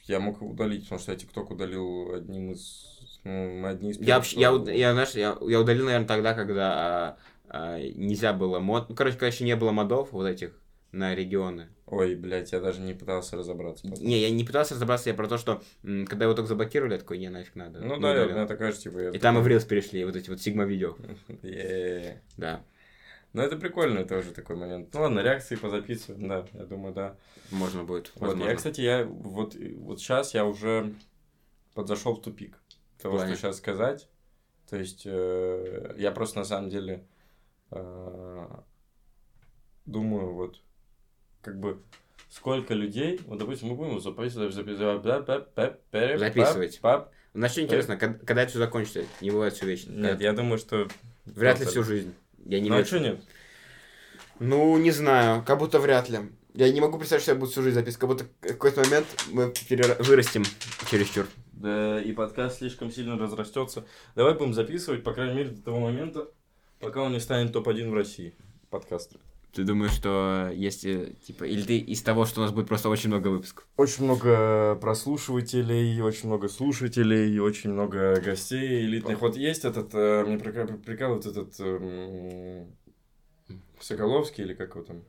A: Я мог его удалить, потому что я ТикТок удалил одним из... Ну, мы одни из
B: Я вообще, я,
A: первых,
B: уд-
A: кто-
B: я, знаешь, я, я удалил, наверное, тогда, когда а, а, нельзя было мод... Ну, короче, когда еще не было модов вот этих на регионы.
A: Ой, блядь, я даже не пытался разобраться. потом.
B: Не, я не пытался разобраться, я про то, что м, когда его только заблокировали, я такой, не, нафиг надо.
A: Ну
B: не
A: да,
B: удалил.
A: наверное, такая же, типа... я
B: И там и в
A: такой,
B: Reels перешли, вот эти вот сигма-видео.
A: «Е-е-е».
B: Да,
A: Ну это прикольно тоже такой момент. Ну ладно, реакции позаписываем, да, я думаю, да.
B: можно будет.
A: Вот,
B: возможно.
A: я, кстати, я вот, вот сейчас я уже подзашел в тупик того,
B: плане?
A: что сейчас сказать. То есть э, я просто на самом деле э, думаю, вот как бы сколько людей, вот, допустим, мы будем записывать, записывать, бля- бля- бля- пере-
B: Записывать.
A: пап- пап.
B: На что интересно, кад- когда это все закончится? Не бывает все вечно.
A: э, Нет, я думаю, что...
B: Вряд ли
A: просто-
B: всю жизнь. Я не
A: Ну, а
B: верю.
A: что нет?
B: Ну, не знаю, как будто вряд ли. Я не могу представить, что я буду всю жизнь записывать, как будто в какой-то момент мы перера- вырастем чересчур.
A: Да, и подкаст слишком сильно разрастется. Давай будем записывать, по крайней мере, до того момента, пока он не станет топ-1 в России. Подкаст.
B: Ты думаешь, что если, типа, или ты из того, что у нас будет просто очень много выпусков?
A: Очень много прослушивателей, очень много слушателей, очень много гостей элитных. Вот есть этот, э, мне прика- прикалывает этот эм, Соколовский или как его там?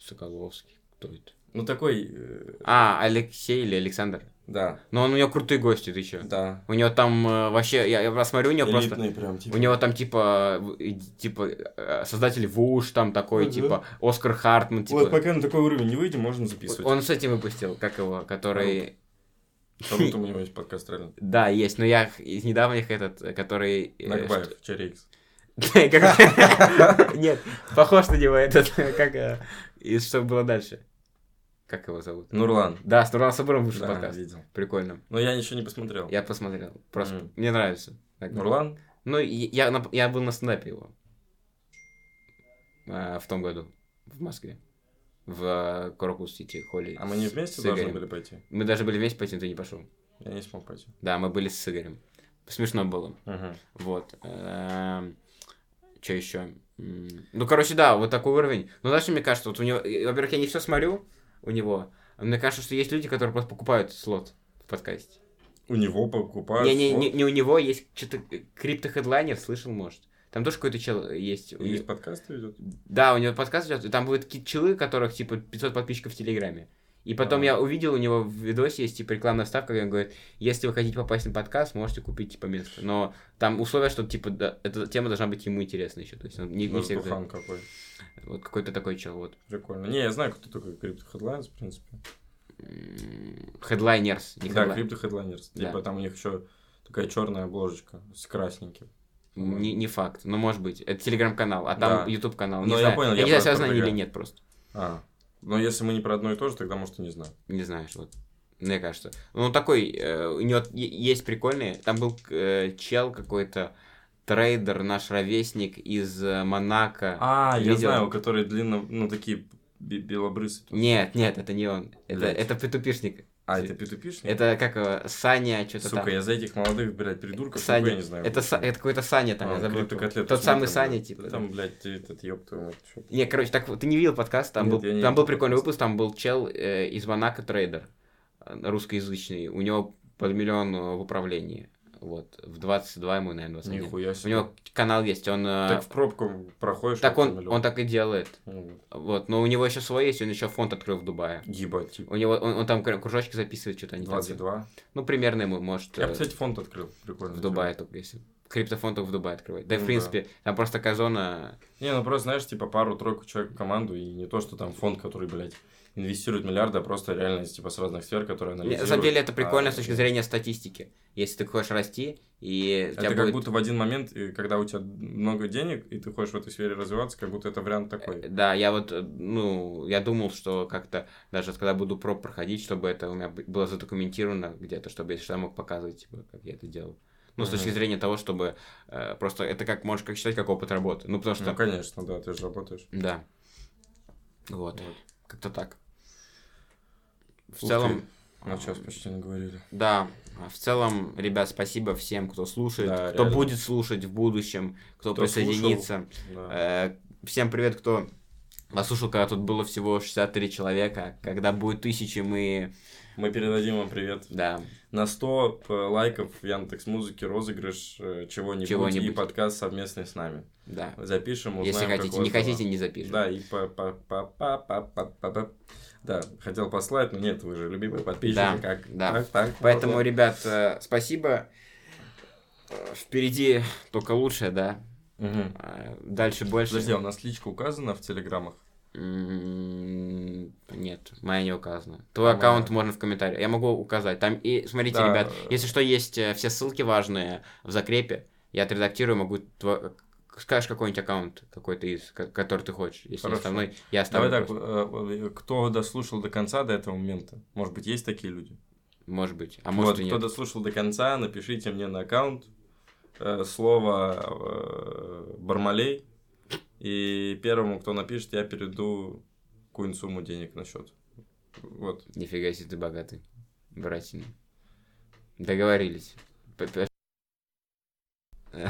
B: Соколовский, кто это?
A: Ну такой, э,
B: А, Алексей или Александр?
A: да,
B: Но он у него крутые гости, ты чё?
A: да.
B: У него там э, вообще, я, я посмотрю, у него просто...
A: Элитный прям, типа.
B: У него там типа, в- и- типа э, создатель Вуш, там такой,
A: Ага.
B: типа, Оскар Хартман, типа.
A: Вот пока на такой уровень не выйдем, можно записывать.
B: Он с этим выпустил, как его, который...
A: Потому что у него есть подкаст реально.
B: Да, есть, но я х- из недавних этот, э, который... э,
A: Нагбаев, Чарейкс.
B: что- Как- Нет, похож на него этот, как... э, И что было дальше? Как его зовут?
A: Нурлан.
B: Да, с Нурланом Сабуровым вышел
A: Да,
B: подкаст.
A: видел.
B: Прикольно.
A: Но я ничего не посмотрел.
B: Я посмотрел. Просто
A: Мгм.
B: мне нравится. Так,
A: Нурлан?
B: Ну, и я, на- я был на стендапе его. А, в том году. В Москве. В Крокус Сити Холли.
A: А мы не вместе
B: с
A: должны
B: Игорем.
A: были пойти?
B: Мы даже были вместе, поэтому ты не пошел.
A: Я не смог пойти.
B: Да, мы были с Игорем. Смешно было.
A: Мгм.
B: Вот. эм, Что еще? Ну, короче, да, вот такой уровень. Ну, знаешь, что мне кажется, вот у него... э, Во-первых, я не все смотрю у него. но Мне кажется, что есть люди, которые просто покупают слот в подкасте.
A: У него покупают.
B: Не, не,
A: вот,
B: не, не у него есть что-то криптохедлайнер, слышал, может. Там тоже какой-то чел есть. у
A: и из
B: него-
A: подкаста идет.
B: Да, у него подкаст идет, и там будут какие-то челы, у которых типа 500 подписчиков в Телеграме. И потом
A: А.
B: я увидел, у него в видосе есть типа рекламная ставка, где он говорит, если вы хотите попасть на подкаст, можете купить типа место. Но там условия, что типа да, эта тема должна быть ему интересна еще. То есть он не, не всегда.
A: Воздухан какой.
B: Вот какой-то такой чел, вот.
A: Прикольно. Не, я знаю, кто такой Crypto Headlines, в принципе.
B: М, Хедлайнерс. не
A: да,
B: хедла-
A: Crypto Headliners.
B: Да.
A: Типа там у них еще такая черная обложечка с красненьким.
B: Не, не факт, но может быть. Это телеграм-канал, а там
A: Да.
B: YouTube канал.
A: Ну,
B: Не
A: я
B: знаю,
A: понял,
B: я
A: я
B: не знаю,
A: просто
B: связаны они или
A: продвигаю.
B: нет просто.
A: А. Но если мы не про одно и то же, тогда, может, и не знаю.
B: Не знаешь, вот. Мне кажется. Ну, такой, э, у него е- есть прикольные. Там был э, чел какой-то, трейдер, наш ровесник из э, Монако.
A: А, я
B: видел.
A: знаю, у которой длинно, ну, такие бе- белобрысы.
B: Нет, нет, это не он. Это,
A: Блядь.
B: это петупишник.
A: А, это P2P-шник?
B: Это как его, Саня, что-то
A: Сука,
B: там.
A: я за этих молодых, блядь, придурков,
B: Саня.
A: нихуя не знаю.
B: Это, Са- это какой-то Саня там,
A: А,
B: я забыл.
A: криптокотлета,
B: Тот самый
A: смотрим,
B: Саня,
A: да.
B: типа.
A: Да
B: да.
A: Там, блядь, этот, ёб твою мать, чё.
B: Не, короче, так вот, ты не видел подкаст, там,
A: Нет,
B: был,
A: я не
B: там был
A: видел
B: прикольный
A: подкаст.
B: выпуск, там был чел э, из Монако трейдер, э, русскоязычный, у него под миллион э, в управлении, вот, в 22 ему, наверное, 21.
A: Нихуя
B: У
A: себе.
B: него канал есть, он... э,
A: Так в пробку проходишь.
B: так
A: вот,
B: он,
A: миллион.
B: он так и делает,
A: Ну,
B: вот, но у него еще свой есть, он еще фонд открыл в Дубае.
A: Ебать, типа.
B: У него, он, он там кр- кружочки записывает, что-то они там делают.
A: 22.
B: Ну, примерно ему, может,
A: Я,
B: э,
A: бы, кстати, фонд открыл. Прикольно.
B: в Дубае только, если... Криптофонд только в Дубае открывает. Да, и, в
A: Ну, да.
B: принципе, там просто такая зона...
A: Не, ну просто, знаешь, типа пару-тройку человек в команду, и не то, что там фонд, который, блядь, инвестирует миллиарды, а просто реально типа с разных сфер, которые
B: Не,
A: анализируют.
B: На самом деле это прикольно
A: А,
B: с точки зрения статистики. Если ты хочешь расти, и у
A: Это
B: тебя
A: А как
B: будет...
A: будто в один момент, э, когда у тебя много денег, и ты хочешь в этой сфере развиваться, как будто это вариант такой.
B: Да, я вот, э, ну, я думал, что как-то даже вот когда буду проб проходить, чтобы это у меня б- было задокументировано где-то, чтобы если что, я мог показывать, типа, как я это делал. Ну, с точки
A: Мгм.
B: зрения того, чтобы э, просто это как можешь как считать, как опыт работы. Ну, потому что...
A: Ну, конечно, да, ты же работаешь.
B: Да. Вот.
A: Вот.
B: Как-то так. В
A: ты.
B: целом,
A: Мы сейчас почти наговорили.
B: Да, а в целом, ребят, спасибо всем, кто слушает,
A: Да,
B: кто
A: реально.
B: будет слушать в будущем, кто,
A: Кто
B: присоединится.
A: Да.
B: Э, всем привет, кто вас слушал, когда тут было всего 63 человека, когда будет тысячи, мы...
A: Мы передадим вам привет.
B: Да,
A: На 100 п- лайков в Яндекс Музыке розыгрыш э, чего-нибудь,
B: Чего-нибудь.
A: и подкаст совместный с нами.
B: да.
A: Запишем, узнаем,
B: Если
A: как
B: хотите,
A: у вас
B: не
A: дела.
B: хотите, не запишем.
A: Да, и по па па па па па па па Да, хотел послать, но нет, вы же любимые подписчики,
B: Да,
A: как
B: да.
A: так, так.
B: Поэтому,
A: вот.
B: ребят, э, спасибо. Э, Впереди только лучшее, да.
A: Мгм.
B: Э, Дальше больше.
A: Подожди, а у нас личка указана в телеграммах?
B: М, Нет, моя не указана. Твой
A: А моя?
B: аккаунт можно в комментариях. Я могу указать. Там и смотрите,
A: Да,
B: ребят,
A: э.
B: если что, есть э, все ссылки важные в закрепе. Я отредактирую, могу твой скажешь какой-нибудь аккаунт, какой-то из, ко- который ты хочешь. Если
A: Хорошо.
B: основной, я оставлю.
A: Давай так,
B: просто.
A: э, э, кто дослушал до конца до этого момента, может быть, есть такие люди?
B: Может быть. А может
A: вот,
B: и
A: кто
B: нет.
A: дослушал до конца, напишите мне на аккаунт э, слово э, «Бармалей», и первому, кто напишет, я перейду какую-нибудь сумму денег на счет. Вот.
B: Нифига себе, ты богатый. Братина. Договорились. П- п- Э,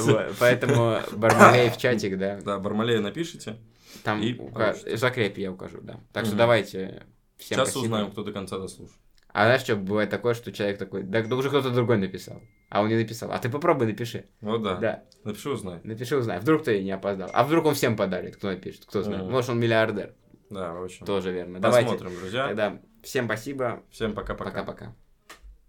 B: вот, Поэтому Бармалей в чатик, да.
A: Да, Бармалея напишите.
B: Там
A: И
B: ука-
A: получится.
B: в закрепе я покажу, да. Так что
A: Мгм.
B: давайте всем
A: Сейчас
B: спасибо.
A: узнаем, кто до конца дослушал.
B: А знаешь, что бывает такое, что человек такой, да, да уже кто-то другой написал, а он не написал. А ты попробуй напиши.
A: Вот Ну да.
B: Да,
A: Напиши, узнай.
B: напиши, узнай. Вдруг ты не опоздал. А вдруг он всем подарит, кто напишет, кто знает.
A: Мгм.
B: Может, он миллиардер.
A: Да, в общем.
B: Тоже верно. Давайте.
A: Посмотрим, друзья.
B: Тогда всем спасибо.
A: Всем пока-пока.
B: Пока-пока.